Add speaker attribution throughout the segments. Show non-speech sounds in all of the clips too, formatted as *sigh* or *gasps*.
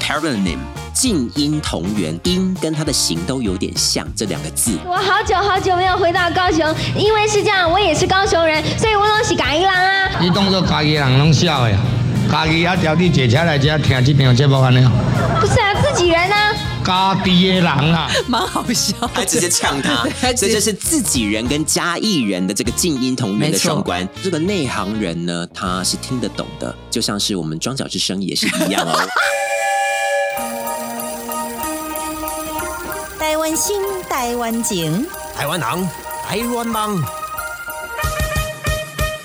Speaker 1: Paronym 近音同源，音跟它的形都有点像，这两个字。
Speaker 2: 我好久好久没有回到高雄，因为是这样，我也是高雄人，所以我拢是家己人啊。
Speaker 3: 你当做家己人拢笑的啊，家己啊调你坐车来遮听这边节目安尼啊，
Speaker 2: 不是啊，自己人啊。
Speaker 3: 家己的人啊，
Speaker 4: 蛮好笑的，
Speaker 1: 还直接呛 *laughs* 他
Speaker 4: 还，直
Speaker 1: 所以
Speaker 4: 接
Speaker 1: 这是自己人跟嘉义人的这个近音同源
Speaker 4: 没
Speaker 1: 的
Speaker 4: 错
Speaker 1: 双关。这个内行人呢，他是听得懂的，就像是我们庄脚之声也是一 *laughs* 样哦。
Speaker 5: 台湾心，台湾情，
Speaker 6: 台湾人，台湾梦，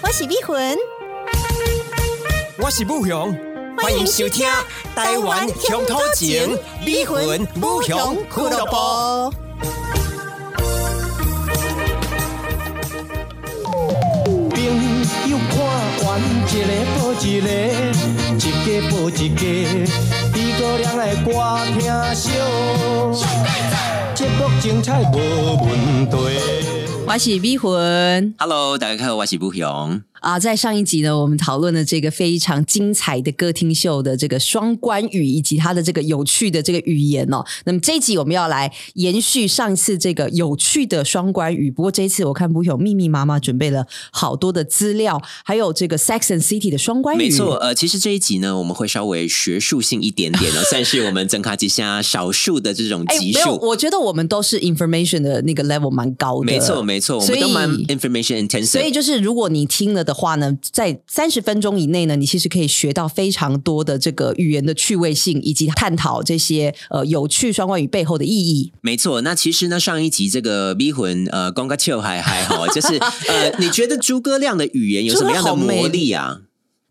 Speaker 5: 我是美魂。
Speaker 6: 我是武雄，
Speaker 5: 欢迎收听台湾乡土情，美魂武雄俱乐部。
Speaker 7: 朋友看完一个报一个，一个报一个，诸葛亮的歌听惜。节目精彩无问题。
Speaker 4: 我是逼魂。
Speaker 1: Hello，大家好，我是不雄。
Speaker 4: 啊，在上一集呢，我们讨论了这个非常精彩的歌厅秀的这个双关语，以及它的这个有趣的这个语言哦。那么这一集我们要来延续上一次这个有趣的双关语，不过这一次我看不有密密麻麻准备了好多的资料，还有这个 Sex and City 的双关语。
Speaker 1: 没错，，呃，其实这一集呢，我们会稍微学术性一点 *laughs* 点呢，算是我们整卡吉下少数的这种
Speaker 4: 哎，
Speaker 1: 集
Speaker 4: 没有，
Speaker 1: 数。
Speaker 4: 我觉得我们都是 information 的那个 level 蛮高的。
Speaker 1: 没错，没错，我
Speaker 4: 所
Speaker 1: 们
Speaker 4: 以
Speaker 1: 都蛮 information
Speaker 4: 所以
Speaker 1: intensive。
Speaker 4: 就是，如果你听了的话呢，在三十分钟以内呢，你其实可以学到非常多的这个语言的趣味性，以及探讨这些呃有趣双关语背后的意义。
Speaker 1: 没错，那其实呢，上一集这个逼魂呃，光个秋还还 *laughs* 好，就是呃，你觉得诸葛亮的语言有什么样的
Speaker 4: 诸葛亮好美
Speaker 1: 魔力啊？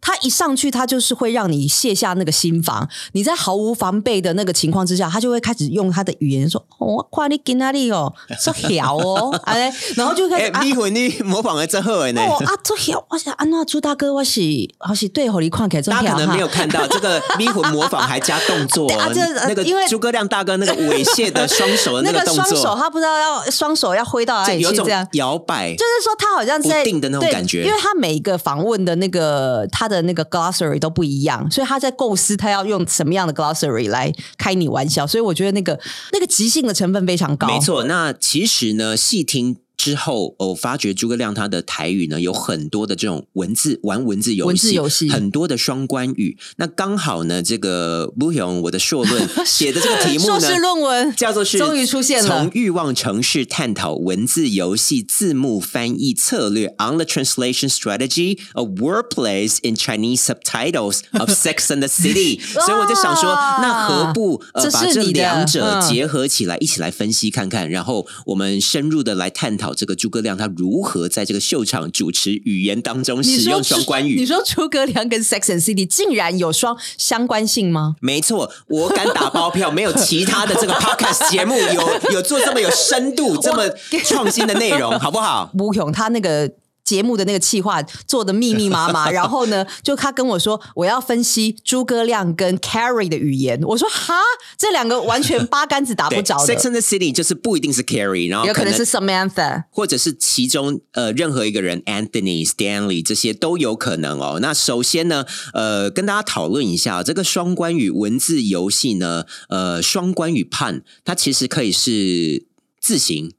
Speaker 4: 他一上去，他就是会让你卸下那个心防。你在毫无防备的那个情况之下，他就会开始用他的语言说：“哦，我夸你给哪
Speaker 1: *laughs*
Speaker 4: 里哦，说屌哦，哎，然后就开
Speaker 1: *laughs*
Speaker 4: 始
Speaker 1: 哎、
Speaker 4: 啊
Speaker 1: 欸，你混你模仿的真好欸呢。
Speaker 4: 哦啊，做屌，我想安娜朱大哥，我是我是对吼你看起来真
Speaker 1: 大家
Speaker 4: 屌
Speaker 1: 可能
Speaker 4: 哈
Speaker 1: 没。有看到这个咪魂模仿还加动作
Speaker 4: *laughs* 对啊
Speaker 1: 哦，
Speaker 4: 这呃
Speaker 1: 那个
Speaker 4: 因为
Speaker 1: 诸葛亮大哥那个猥亵的双手的
Speaker 4: *laughs* 那个
Speaker 1: 动
Speaker 4: 双手，
Speaker 1: 作，
Speaker 4: 他不知道要双手要挥到哪
Speaker 1: 就
Speaker 4: 里
Speaker 1: 有
Speaker 4: 去，
Speaker 1: 种
Speaker 4: 这样
Speaker 1: 摇摆
Speaker 4: 就。是说他好像在
Speaker 1: 不定的那种
Speaker 4: 对
Speaker 1: 感觉
Speaker 4: 因为他每一个访问的那个他的那个 glossary 都不一样，所以他在构思他要用什么样的 glossary 来开你玩笑，所以我觉得那个那个即兴的成分非常高，
Speaker 1: 没。错，那其实呢，细听。之后，我发觉诸葛亮他的台语呢有很多的这种文字玩文字游戏，
Speaker 4: 文字游戏
Speaker 1: 很多的双关语。那刚好呢，这个不勇我的硕
Speaker 4: *laughs*
Speaker 1: 论写的这个题目呢，
Speaker 4: 硕士论文
Speaker 1: 叫做是
Speaker 4: 终于出现了
Speaker 1: 从欲望城市探讨文字游戏字幕翻译策略 on the translation strategy of wordplays in Chinese subtitles of Sex and the City。
Speaker 4: *laughs* 哇
Speaker 1: 所以我就想说，那何不呃
Speaker 4: 这
Speaker 1: 把
Speaker 4: 是
Speaker 1: 这
Speaker 4: 你的
Speaker 1: 两者
Speaker 4: 嗯
Speaker 1: 结合起来，一起来分析看看，然后我们深入的来探讨这个诸葛亮他如何在这个秀场主持语言当中
Speaker 4: 你
Speaker 1: 使
Speaker 4: 说
Speaker 1: 用双关
Speaker 4: 你
Speaker 1: 语。
Speaker 4: 说诸葛亮跟 Sex and City 竟然有双相关性吗？
Speaker 1: 没错，我敢打包票，没有其他的这个 podcast 节目有有做这么有深度、这么创新的内容，好不
Speaker 4: *laughs*
Speaker 1: 好？
Speaker 4: 吴勇他那个。节目的那个企划做的密密麻
Speaker 1: *laughs*
Speaker 4: 麻，然后呢，就他跟我说我要分析诸葛亮跟 Carrie 的语言，我说哈，这两个完全八竿子打
Speaker 1: 对
Speaker 4: 不着的，
Speaker 1: Sex and the City 就是不一定是 Carrie，然后
Speaker 4: 有
Speaker 1: 可
Speaker 4: 可
Speaker 1: 能
Speaker 4: 能是 Samantha。
Speaker 1: 或者是其中呃任何一个人，Anthony、Stanley 这些都有可能哦。那首先呢，呃，跟大家讨论一下这个双关语文字游戏呢，呃，双关语 pun 它其实可以是字形、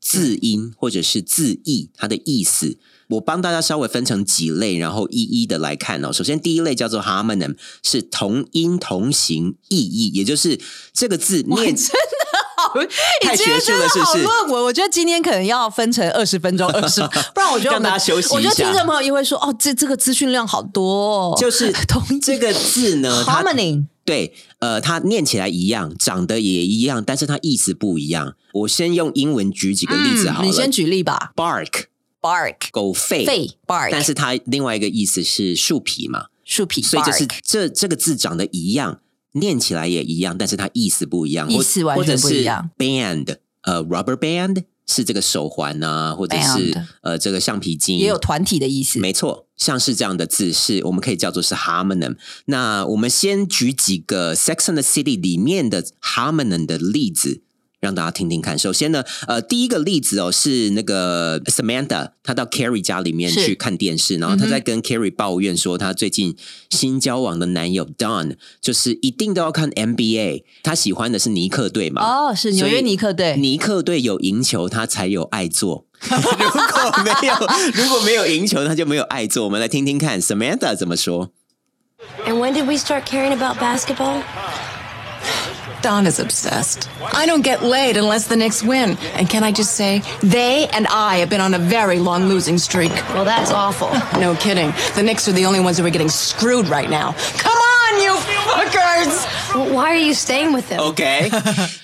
Speaker 1: 字音或者是字义，它的意思。我帮大家稍微分成几类，然后一一的来看哦。首先，第一类叫做 homonym，是同音同形意义，也就是这个字
Speaker 4: 哎
Speaker 1: 念 *laughs* 太学术了是不是
Speaker 4: 你今天真的好论文，我觉得今天可能要分成二十分钟，二十，
Speaker 1: *laughs*
Speaker 4: 不然我觉得
Speaker 1: 让
Speaker 4: 我们
Speaker 1: 大家休息一下
Speaker 4: 我觉得听众朋友也会说，哦，这这个资讯量好多、哦，
Speaker 1: 就是
Speaker 4: *laughs* 同一
Speaker 1: 这个字呢，它
Speaker 4: harmony 嗯
Speaker 1: 对，呃，它念起来一样，长得也一样，但是它意思不一样。我先用英文举几个例子好了。
Speaker 4: 嗯你先举例吧
Speaker 1: bark
Speaker 4: ，bark
Speaker 1: 狗吠，
Speaker 4: 吠 bark，
Speaker 1: 但是它另外一个意思是树皮嘛，
Speaker 4: 树皮，
Speaker 1: 所以就是
Speaker 4: bark
Speaker 1: 这这个字长得一样，念起来也一样，但是它意思不一样，
Speaker 4: 意思完全不一样。
Speaker 1: band 呃，rubber band 是这个手环啊，或者是
Speaker 4: Band
Speaker 1: 呃这个橡皮筋
Speaker 4: 也有团体的意思，
Speaker 1: 没错，像是这样的字是我们可以叫做是 harmonym。那我们先举几个《Sex and the City》里面的 harmonym 的例子。让大家听听看。首先呢，呃，第一个例子哦是那个 Samantha，她到 Carrie 家里面
Speaker 4: 是
Speaker 1: 去看电视，然后她在跟 Carrie 抱怨说，她最近新交往的男友 Don 就是一定都要看 NBA，她喜欢的是尼克队嘛，
Speaker 4: 哦，是纽
Speaker 1: 所以
Speaker 4: 约尼克队，
Speaker 1: 尼克队有赢球，他才有爱
Speaker 4: *laughs*
Speaker 1: 做。如果没有，如果没有赢球，他就没有爱做。我们来听听看 Samantha 怎么说。
Speaker 8: And when did we start caring about basketball?
Speaker 9: Don is obsessed. I don't get laid unless the Knicks win. And can I just say, they and I have been on a very long losing streak.
Speaker 8: Well, that's awful.
Speaker 9: No kidding. The Knicks are the only ones who are getting screwed right now. Come on, you fuckers!
Speaker 8: Well, why are you staying with him?
Speaker 4: *laughs*
Speaker 1: OK，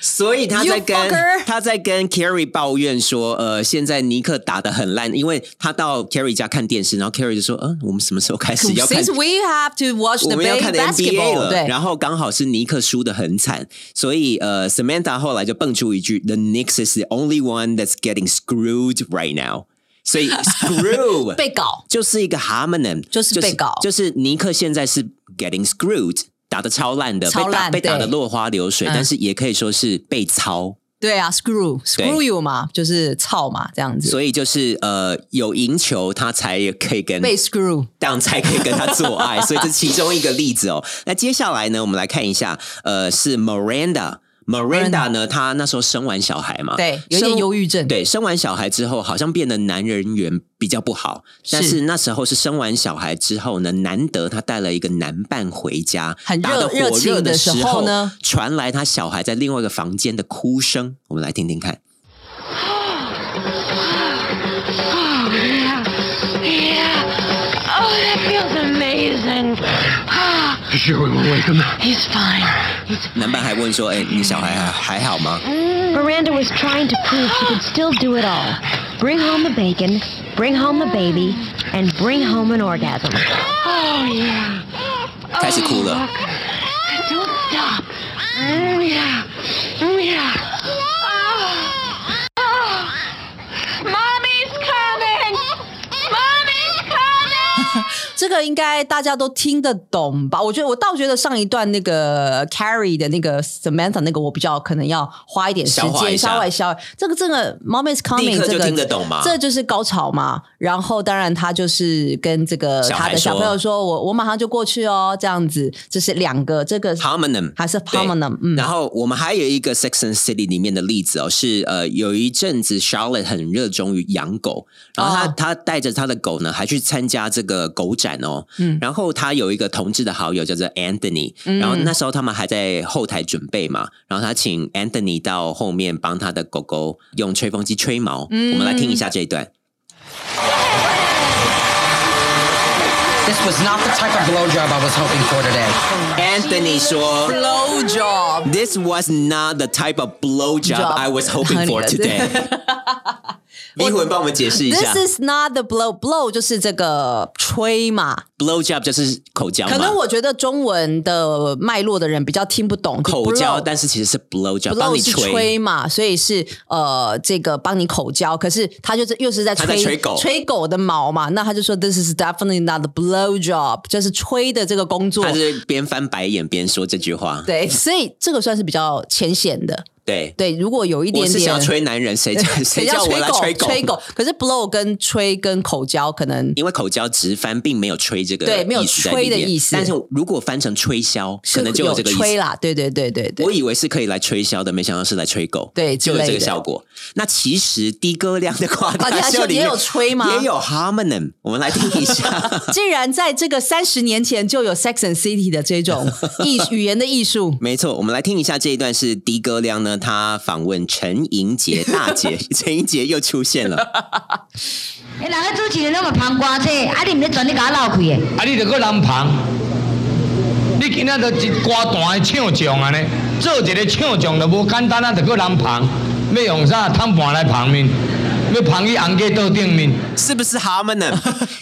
Speaker 1: 所以他在跟
Speaker 9: You fucker
Speaker 1: 他在跟 Carrie 抱怨说，呃，现在尼克打得很烂，因为他到 Carrie 家看电视，然后 Carrie 就说，嗯、我们什么时候开始要看
Speaker 4: Since we have to watch
Speaker 1: 我
Speaker 4: the
Speaker 1: 们要
Speaker 4: big
Speaker 1: 看 NBA
Speaker 4: basketball，
Speaker 1: 了，
Speaker 4: 对，
Speaker 1: 然后刚好是尼克输的很惨，所以呃，Samantha 后来就蹦出一句：“The Knicks is the only one that's getting screwed right now。”所以 screw
Speaker 4: *laughs* 被搞
Speaker 1: 就是一个 homonym，
Speaker 4: 就是被搞
Speaker 1: 就是尼克现在是 getting screwed，打的超烂的，
Speaker 4: 超
Speaker 1: 被打
Speaker 4: 烂
Speaker 1: 被打
Speaker 4: 对
Speaker 1: 的落花流水，
Speaker 4: 嗯
Speaker 1: 但是也可以说是被操。
Speaker 4: 对啊，screw screw you 嘛，就是操嘛，这样子，
Speaker 1: 所以就是呃，有赢球他才可以跟
Speaker 4: 被 screw。
Speaker 1: 当才可以跟他做爱，所以这是其中一个例
Speaker 4: *laughs*
Speaker 1: 子哦。那接下来呢，我们来看一下，呃，是 Miranda。Miranda 呢，她那时候生完小孩嘛，
Speaker 4: 对有点
Speaker 1: 生
Speaker 4: 忧郁症
Speaker 1: 对，生完小孩之后，好像变得男人缘比较不好。但
Speaker 4: 是
Speaker 1: 是那时候是生完小孩之后呢，难得她带了一个男伴回家，
Speaker 4: 很热
Speaker 1: 打得
Speaker 4: 热
Speaker 1: 火
Speaker 4: 情
Speaker 1: 热
Speaker 4: 的时
Speaker 1: 时
Speaker 4: 候呢，
Speaker 1: 传来她小孩在另外一个房间的哭声，我们来听听看。
Speaker 10: Oh, yeah. Yeah. Oh, that feels amazing. Ah,
Speaker 7: You sure we won't wake him?
Speaker 10: he's fine. He's
Speaker 1: 男伴还问说：“哎、你小孩还还好吗？”
Speaker 2: Miranda was trying to prove she could still do it all. Bring home the bacon, bring home the baby, and bring home an orgasm.
Speaker 10: Oh, yeah. Oh,
Speaker 1: 开始哭了。
Speaker 10: Walker. Don't stop. Mm, yeah. Mm, yeah. Oh. Oh. Mommy's coming. Mommy's coming.
Speaker 4: 这个应该大家都听得懂吧？我觉得我倒觉得上一段那个 Carrie 的那个 Samantha 那个，我比较可能要花一点时
Speaker 1: 消化一
Speaker 4: 间
Speaker 1: 下
Speaker 4: 稍微消这个这个 Mom is
Speaker 1: 立
Speaker 4: coming
Speaker 1: 刻就
Speaker 4: 这个
Speaker 1: 听得懂吗
Speaker 4: 这就是高潮嘛。然后当然他就是跟这个
Speaker 1: 小孩
Speaker 4: 他的小
Speaker 1: 说
Speaker 4: 朋友说，我我马上就过去哦，这样子，这是两个这个
Speaker 1: Homonym
Speaker 4: 还是
Speaker 1: 对
Speaker 4: Homonym，嗯
Speaker 1: 然后我们还有一个 Sex and City 里面的例子哦，是呃有一阵子 Charlotte 很热衷于养狗，然后她、
Speaker 4: 哦
Speaker 1: 她带着她的狗呢，还去参加这个狗展哦。
Speaker 4: 嗯
Speaker 1: 然后她有一个同志的好友叫做 Anthony，、然后那时候他们还在后台准备嘛，然后她请 Anthony 到后面帮他的狗狗用吹风机吹毛。
Speaker 4: 嗯
Speaker 1: 我们来听一下这一段。
Speaker 5: This was not the type of blowjob I was hoping for today.
Speaker 1: Anthony 说
Speaker 4: blow job。
Speaker 1: ：“This was not the type of blowjob
Speaker 4: Job.
Speaker 1: I was hoping for today。” *laughs* 迷魂帮我们解释一下
Speaker 4: This is not the blow. Blow 就是这个吹嘛，
Speaker 1: ，blow job 就是口交嘛，
Speaker 4: 可能我觉得中文的脉络的人比较听不懂
Speaker 1: 口交，
Speaker 4: blow
Speaker 1: 但是其实是 blow job，帮
Speaker 4: blow
Speaker 1: 你
Speaker 4: 是
Speaker 1: 吹。
Speaker 4: 吹嘛，所以是呃，这个帮你口交，可是他就是又是在吹
Speaker 1: 他在吹狗
Speaker 4: 吹狗的毛嘛，那他就说 this is definitely not the blow job，就是吹的这个工作
Speaker 1: 他。是边翻白眼边说这句话。
Speaker 4: 对，所以这个算是比较浅显的。
Speaker 1: 对，
Speaker 4: 对，如果有一点
Speaker 1: 我是
Speaker 4: 点，
Speaker 1: 想要吹 *laughs* 男人，谁叫谁叫我来
Speaker 4: 吹
Speaker 1: 狗？
Speaker 4: 吹狗，可是 blow 跟吹跟口交可能
Speaker 1: 因为口交直翻并没有吹这个
Speaker 4: 对没有
Speaker 1: 意思在里
Speaker 4: 吹的
Speaker 1: 面
Speaker 4: 意思
Speaker 1: 但是如果翻成吹箫，
Speaker 4: 是
Speaker 1: 可能就
Speaker 4: 有
Speaker 1: 这个意
Speaker 4: 吹
Speaker 1: 思。
Speaker 4: 啦。对对对对对，
Speaker 1: 我以为是可以来吹箫的，没想到是来吹狗，
Speaker 4: 对
Speaker 1: 就有
Speaker 4: 之类
Speaker 1: 这个
Speaker 4: 的
Speaker 1: 效果。那其实的哥亮的夸
Speaker 4: *laughs* 啊
Speaker 1: 大
Speaker 4: 对他说
Speaker 1: 秀里面
Speaker 4: 也有吹吗
Speaker 1: 也有 harmony，我们来听一
Speaker 4: *laughs*
Speaker 1: 下。
Speaker 4: 竟然在这个三十年前就有 Sex and City 的这种
Speaker 1: *laughs*
Speaker 4: 艺语言的艺术，
Speaker 1: 没错，我们来听一下这一段是的哥亮呢，他访问陈莹杰大
Speaker 4: *laughs*
Speaker 1: 姐，陈莹杰又出现了。
Speaker 10: 哎，两个主持人那么旁观者，啊，你唔咧全你甲我闹开诶？
Speaker 3: 啊，你着搁南旁，你今仔着一歌坛的唱将安尼，做一个唱将就无简单啊，着搁南旁，要用啥汤盘来旁面，要旁去红粿桌顶面。
Speaker 1: 是不是
Speaker 4: *laughs*
Speaker 1: harmony？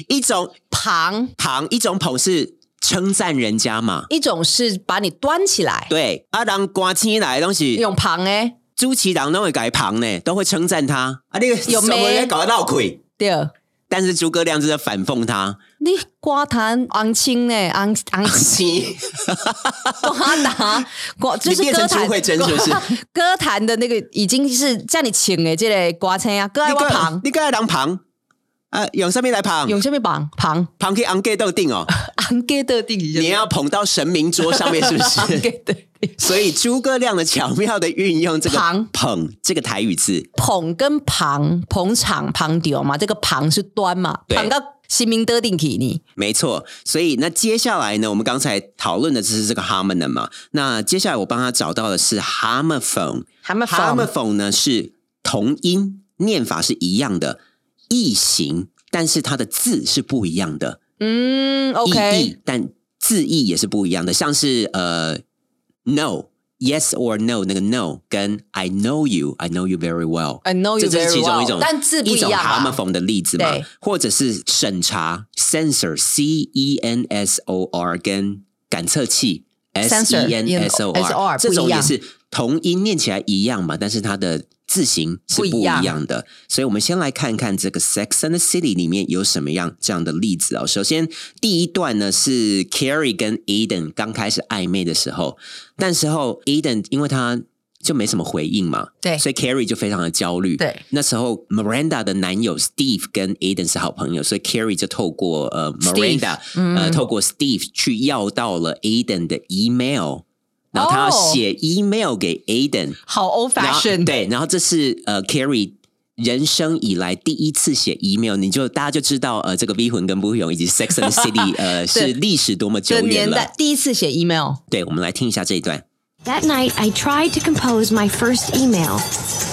Speaker 1: 一种
Speaker 4: 旁
Speaker 1: 旁，一种捧是称赞人家嘛。
Speaker 4: 一种是把你端起来，
Speaker 1: 对，啊，人刮起来的东西，
Speaker 4: 用旁哎、欸，
Speaker 1: 朱其郎都会改旁呢，都会称赞他。啊，那个
Speaker 4: 有
Speaker 1: 什么
Speaker 4: 咩
Speaker 1: 人搞到闹鬼？
Speaker 4: 对，
Speaker 1: 但是诸葛亮就在反讽
Speaker 4: *laughs*
Speaker 1: 他，
Speaker 4: 你瓜坛昂青呢？昂昂
Speaker 1: 青，
Speaker 4: 瓜达
Speaker 1: *laughs*
Speaker 4: 瓜就是
Speaker 1: 你变
Speaker 4: 歌
Speaker 1: 成
Speaker 4: 坛，
Speaker 1: 朱慧珍是不是
Speaker 4: 歌 *laughs* 歌坛的那个已经是叫你请的这个瓜青啊，歌爱
Speaker 1: 你
Speaker 4: 我
Speaker 1: 个
Speaker 4: 旁，
Speaker 1: 你个爱人旁啊，用上面来旁，
Speaker 4: 用什么旁旁
Speaker 1: 旁可以昂 gay 斗定
Speaker 4: *laughs*
Speaker 1: 哦，
Speaker 4: 昂给的定义，
Speaker 1: 你要捧到神明桌上面是不
Speaker 4: *laughs* 昂
Speaker 1: 是？
Speaker 4: 给的
Speaker 1: 所以诸葛亮的巧妙的运用这个
Speaker 4: 旁
Speaker 1: “捧”这个台语字，
Speaker 4: 捧跟旁捧场旁丢嘛，这个旁是端嘛，
Speaker 1: 对
Speaker 4: 旁到新民得定起你
Speaker 1: 没错。所以那接下来呢，我们刚才讨论的就是这个 harmony 嘛，那接下来我帮他找到的是 homophone。
Speaker 4: 还没
Speaker 1: 哈
Speaker 4: 放
Speaker 1: 们否呢是同音，念法是一样的，异形，但是它的字是不一样的，
Speaker 4: 嗯
Speaker 1: 意
Speaker 4: ，OK，
Speaker 1: 义但字义也是不一样的，像是呃，no。Yes or no，那个 no 跟 I know you，I know you very well，
Speaker 4: I know you
Speaker 1: 这就是
Speaker 4: very
Speaker 1: 其中一
Speaker 4: well，
Speaker 1: 种，
Speaker 4: 但字不
Speaker 1: 一
Speaker 4: 一
Speaker 1: 种
Speaker 4: 样
Speaker 1: 蛤蟆
Speaker 4: 嘛。
Speaker 1: 缝的例子嘛
Speaker 4: 对，
Speaker 1: 或者是审查 censor，c e n s o r 跟感测器 s
Speaker 4: Censor，
Speaker 1: e n s o r，
Speaker 4: SOR
Speaker 1: 这种
Speaker 4: 不
Speaker 1: 也
Speaker 4: 一样
Speaker 1: 是同音念起来一样嘛，但是它的字形是不
Speaker 4: 不
Speaker 1: 一
Speaker 4: 一样
Speaker 1: 样的。所以我们先来看看这个《Sex and the City》里面有什么样这样的例子哦。首先第一段呢是 Carrie 跟 Aiden 刚开始暧昧的时候，但时候 Aiden 因为他就没什么回应嘛，
Speaker 4: 对
Speaker 1: 所以 Carrie 就非常的焦虑。
Speaker 4: 对，
Speaker 1: 那时候 Miranda 的男友 Steve 跟 Aiden 是好朋友，所以 Carrie 就透过呃
Speaker 4: Steve，嗯
Speaker 1: Miranda 呃透过 Steve 去要到了 Aiden 的 email，然后他要
Speaker 4: 哦
Speaker 1: 写 email 给 Aiden，、
Speaker 4: 好 old
Speaker 1: 然后
Speaker 4: fashion，
Speaker 1: 对，然后这是呃 Carrie 人生以来第一次写 email，你就大家就知道呃这个 V 魂跟不勇以及 Sex and the
Speaker 4: *laughs*
Speaker 1: City 呃是历史多么久
Speaker 4: 的
Speaker 1: 远
Speaker 4: 年
Speaker 1: 了
Speaker 4: 代。第一次写 email，
Speaker 1: 对，我们来听一下这一段。
Speaker 2: That night, I tried to compose my first email.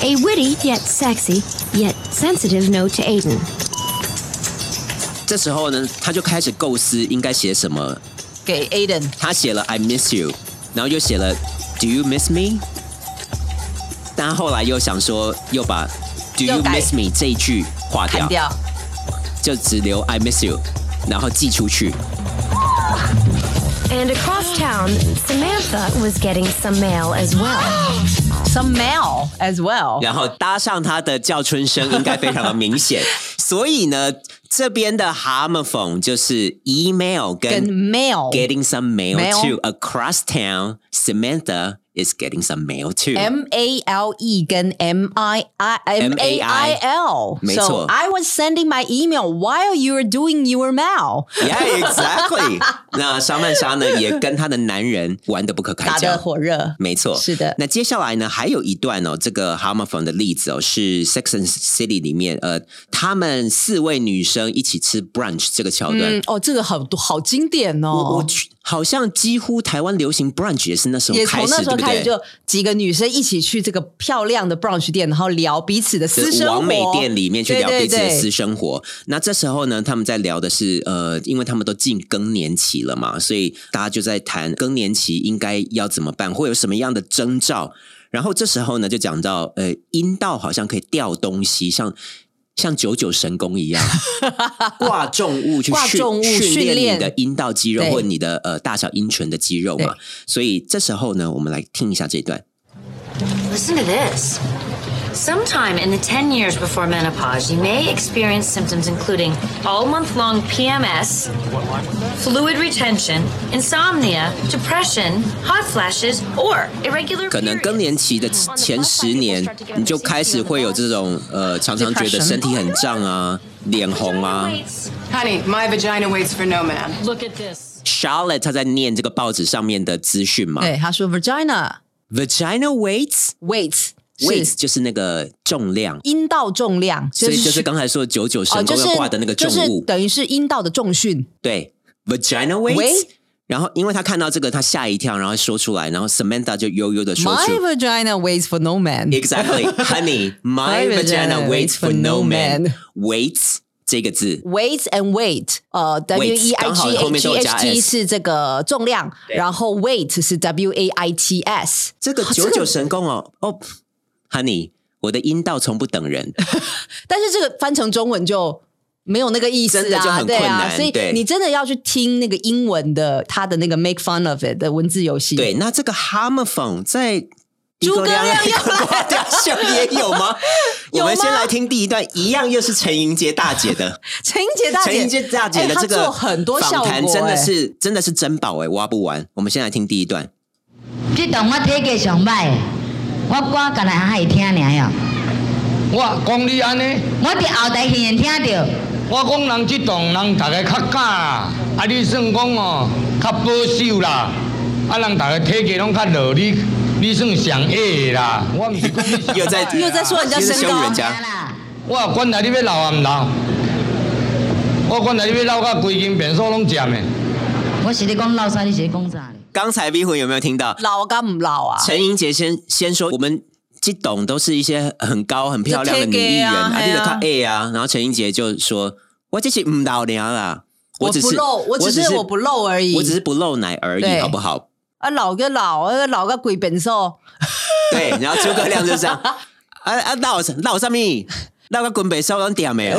Speaker 2: A witty, yet sexy, yet sensitive note to Aiden.
Speaker 1: 这时候呢，他就开始构思应该写什么。
Speaker 4: 给 Aiden，
Speaker 1: 他写了 I miss you，然后又写了 Do you miss me？但后来又想说，又把 Do
Speaker 4: 又
Speaker 1: you
Speaker 4: 改
Speaker 1: miss me 这一句划
Speaker 4: 砍
Speaker 1: 掉，
Speaker 4: 掉。
Speaker 1: 就只留 I miss you，然后寄出去。
Speaker 2: And across town, Samantha was getting some mail as well.
Speaker 4: some mail as *laughs* well。
Speaker 1: 然后搭上他的叫春声，应该非常的明
Speaker 4: *laughs*
Speaker 1: 显。所以呢，这边的 homophone 就是 email
Speaker 4: 跟
Speaker 1: 跟
Speaker 4: mail
Speaker 1: getting some mail
Speaker 4: Mail
Speaker 1: to across town. Samantha is getting some mail too.
Speaker 4: M A L E 跟 M I I M A I L，
Speaker 1: 没错
Speaker 4: So I was sending my email while you were doing your mail，
Speaker 1: Yeah, exactly 。 *laughs* 那莎曼莎呢，也跟她的男人玩得不可开
Speaker 4: 打得
Speaker 1: 交。
Speaker 4: 火热。
Speaker 1: 没错，
Speaker 4: 是的
Speaker 1: 那接下来呢，还有一段哦，这个 homophone 的例子哦，是《Sex and the City》里面，呃，他们四位女生一起吃 brunch 这个桥段。
Speaker 4: 嗯，哦，这个好多好经典
Speaker 1: 我我
Speaker 4: 哦。
Speaker 1: 去好像几乎台湾流行 brunch 也是那时候
Speaker 4: 也
Speaker 1: 开
Speaker 4: 从
Speaker 1: 始，
Speaker 4: 那时候
Speaker 1: 对不
Speaker 4: 开
Speaker 1: 对？
Speaker 4: 始，就几个女生一起去这个漂亮的 brunch 店，然后聊彼此的私
Speaker 1: 就是
Speaker 4: 生活。
Speaker 1: 王美店里面去聊
Speaker 4: 对
Speaker 1: 彼此的
Speaker 4: 对
Speaker 1: 私
Speaker 4: 对
Speaker 1: 生活。那这时候呢，他们在聊的是呃，因为他们都进更年期了嘛，所以大家就在谈更年期应该要怎么办，会有什么样的征兆。然后这时候呢，就讲到呃，阴道好像可以掉东西，像。像九九神功一样，
Speaker 4: *laughs*
Speaker 1: 挂重物去
Speaker 4: 挂
Speaker 1: 训
Speaker 4: 重物
Speaker 1: 训
Speaker 4: 训
Speaker 1: 练
Speaker 4: 练
Speaker 1: 你的阴道肌肉
Speaker 4: 对
Speaker 1: 或你的呃大小阴唇的肌肉嘛
Speaker 4: 对。
Speaker 1: 所以这时候呢，我们来听一下这段。
Speaker 11: *gasps* Listen to this. Sometime in the 10 years before menopause, you may experience symptoms including all month long PMS, fluid retention, insomnia, depression, hot flashes, or irregular
Speaker 1: 可能
Speaker 11: periods.
Speaker 1: 更年期的前十年，嗯你就开始会有这种呃，常常觉得身体很胀啊、脸红啊。
Speaker 9: Honey, my vagina waits for no man.
Speaker 11: Look at this.
Speaker 1: Charlotte 她在念这个报纸上面的资讯嘛
Speaker 4: 对，他说 vagina
Speaker 1: ，vagina weights
Speaker 4: weight 是
Speaker 1: weights 就是那个重量，
Speaker 4: 阴道重量，
Speaker 1: 所以就是
Speaker 4: 去
Speaker 1: 刚才说九九
Speaker 4: 哦，
Speaker 1: 神
Speaker 4: 就
Speaker 1: 功
Speaker 4: 是
Speaker 1: 要挂的那个重
Speaker 4: 就是
Speaker 1: 物，
Speaker 4: 等于是阴道的重训。
Speaker 1: 对，vagina weights
Speaker 4: Weight。
Speaker 1: 然后，因为他看到这个，他吓一跳，然后说出来，然后 Samantha 就悠悠的说
Speaker 4: My
Speaker 1: 出
Speaker 4: vagina waits for no man。
Speaker 1: Exactly, honey. My
Speaker 4: *laughs* My
Speaker 1: vagina waits
Speaker 4: vagina waits
Speaker 1: for
Speaker 4: for
Speaker 1: no
Speaker 4: no
Speaker 1: man.
Speaker 4: man.
Speaker 1: Waits 这个字
Speaker 4: Weight and weight，呃，W E I
Speaker 1: 刚好
Speaker 4: G
Speaker 1: 后
Speaker 4: H
Speaker 1: 面都
Speaker 4: G
Speaker 1: 有加
Speaker 4: H T
Speaker 1: s
Speaker 4: 是这个重量，然后 weight 是 W A I T S。
Speaker 1: 这
Speaker 4: *laughs*
Speaker 1: 个九九神功哦哦，Honey，我的阴道从不等
Speaker 4: *laughs*
Speaker 1: 人。
Speaker 4: 但是这个翻成中文就没有那个意思
Speaker 1: 真的就
Speaker 4: 啊，
Speaker 1: 很
Speaker 4: 对
Speaker 1: 困难
Speaker 4: 啊，所以
Speaker 1: 对
Speaker 4: 你真的要去听那个英文的它的那个 make fun of it 的文字游戏，
Speaker 1: 对，那这个 homophone 在诸葛亮
Speaker 4: 又
Speaker 1: 来雕像也有
Speaker 4: *laughs*
Speaker 1: 吗？我们先来听第一段，一样又是陈莹杰大姐的。
Speaker 4: 陈莹杰 *laughs* 大姐，
Speaker 1: 陈莹杰大姐的
Speaker 4: 哎她
Speaker 1: 这个
Speaker 4: 做很多效
Speaker 1: 访
Speaker 4: 果、
Speaker 1: 谈真的
Speaker 4: 哎
Speaker 1: 是真的是珍宝哎，挖不完。我们先来听第一段。
Speaker 10: 这段我体格上歹，我歌干来还会听尔哟。
Speaker 3: 我讲你安尼，
Speaker 10: 我伫后台现场听着，
Speaker 3: 我讲人即栋人逐个较敢啦，啊你算讲哦较保守啦，啊人逐个体格拢较落，你你算上矮的啦，我毋是讲你
Speaker 1: *laughs* 又在
Speaker 4: *laughs* 又在说人家身高
Speaker 1: 人家
Speaker 3: 我管来你要老啊毋老，我管来你要老到规间便所拢占的。
Speaker 10: 我是咧讲老啥，你是咧讲啥咧？
Speaker 1: 刚才 V 魂有没有听到？
Speaker 4: 老噶唔老啊？
Speaker 1: 陈莹杰先先说，我们这懂都是一些很高很漂亮的女艺人，
Speaker 4: 就
Speaker 1: 啊，
Speaker 4: 贴
Speaker 1: 你
Speaker 4: 给
Speaker 1: 得
Speaker 4: 啊
Speaker 1: 看 A 啊。然后陈莹杰就说：“我这是唔老娘啦，
Speaker 4: 我
Speaker 1: 只
Speaker 4: 不
Speaker 1: 是
Speaker 4: 露，我只
Speaker 1: 只
Speaker 4: 是我不露而已。
Speaker 1: 我只是不露奶而已，
Speaker 4: 对
Speaker 1: 好不好？”
Speaker 4: 啊老个老，啊老个鬼本兽，
Speaker 1: 对，然后诸葛亮就这样，啊啊，那我那我上面那个滚北烧能点
Speaker 4: *laughs*
Speaker 1: 没有？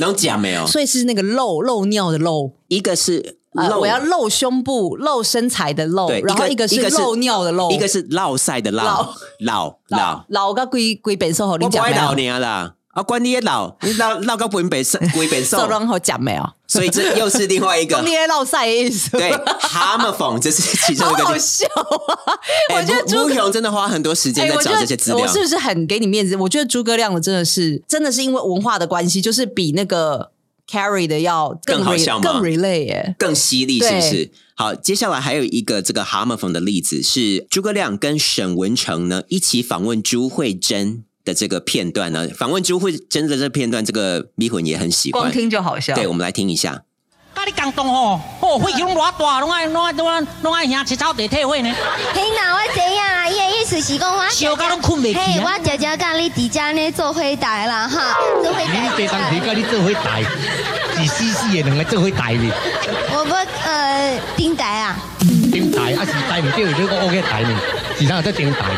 Speaker 1: 能讲没有？
Speaker 4: 所以是那个漏漏尿的漏。
Speaker 1: 一个是
Speaker 4: 呃，
Speaker 1: 露
Speaker 4: 我要露胸部、露身材的露
Speaker 1: 对，，
Speaker 4: 然后一
Speaker 1: 个
Speaker 4: 个
Speaker 1: 一
Speaker 4: 是漏尿的漏，
Speaker 1: 一个是落晒的落
Speaker 4: 老
Speaker 1: 老老，
Speaker 4: 老个鬼鬼本兽，
Speaker 1: 我
Speaker 4: 你
Speaker 1: 不
Speaker 4: 讲
Speaker 1: 爱
Speaker 4: 没
Speaker 1: 老
Speaker 4: 有？
Speaker 1: 你啊啦。啊，关你的老，你老老个滚北
Speaker 4: *laughs*
Speaker 1: 烧滚北
Speaker 4: 受
Speaker 1: 烧，
Speaker 4: 让好讲没有？
Speaker 1: 所以这又是另外
Speaker 4: *laughs*
Speaker 1: 一个
Speaker 4: 你。在绕赛的意思，
Speaker 1: 啊对，蛤蟆讽这是其中
Speaker 4: 好
Speaker 1: 一个
Speaker 4: 好
Speaker 1: 例子。
Speaker 4: 笑啊！
Speaker 1: 哎
Speaker 4: 我觉得
Speaker 1: 吴
Speaker 4: 诸
Speaker 1: 吴
Speaker 4: 葛
Speaker 1: 雄真的花很多时间
Speaker 4: 哎
Speaker 1: 在
Speaker 4: 我觉
Speaker 1: 找
Speaker 4: 得
Speaker 1: 这些资料
Speaker 4: 我。是不是很给你面子？我觉得诸葛亮的真的是，真的是因为文化的关系，就是比那个 Carrie 的要更
Speaker 1: 更好
Speaker 4: re-
Speaker 1: 笑吗
Speaker 4: 更 relay 耶。
Speaker 1: 更犀利，是不是
Speaker 4: 对？
Speaker 1: 好，接下来还有一个这个蛤蟆粉的例子是诸葛亮跟沈文成呢一起访问朱慧珍的这个片段呢，访问朱慧珍的这片段，这个迷魂也很喜欢，
Speaker 4: 就好笑
Speaker 1: 对，我们来听一下。
Speaker 12: 甲你共同吼， *laughs* 吼火气拢偌大，拢爱拢爱拢爱拢爱兄一草地退火呢。
Speaker 13: 嘿呐，哎我知影啊，伊的意思是讲我
Speaker 12: 烧到拢困袂去啊
Speaker 13: 嘿，我姐姐甲你伫遮呢做伙台啦哈，做伙
Speaker 14: 你
Speaker 13: 台。啊
Speaker 14: 这当时甲你做伙大，是死死的两个做伙大哩，
Speaker 13: 我要呃顶台啊，
Speaker 14: 顶大啊是大唔对，你个乌个大呢，是哪有在顶大？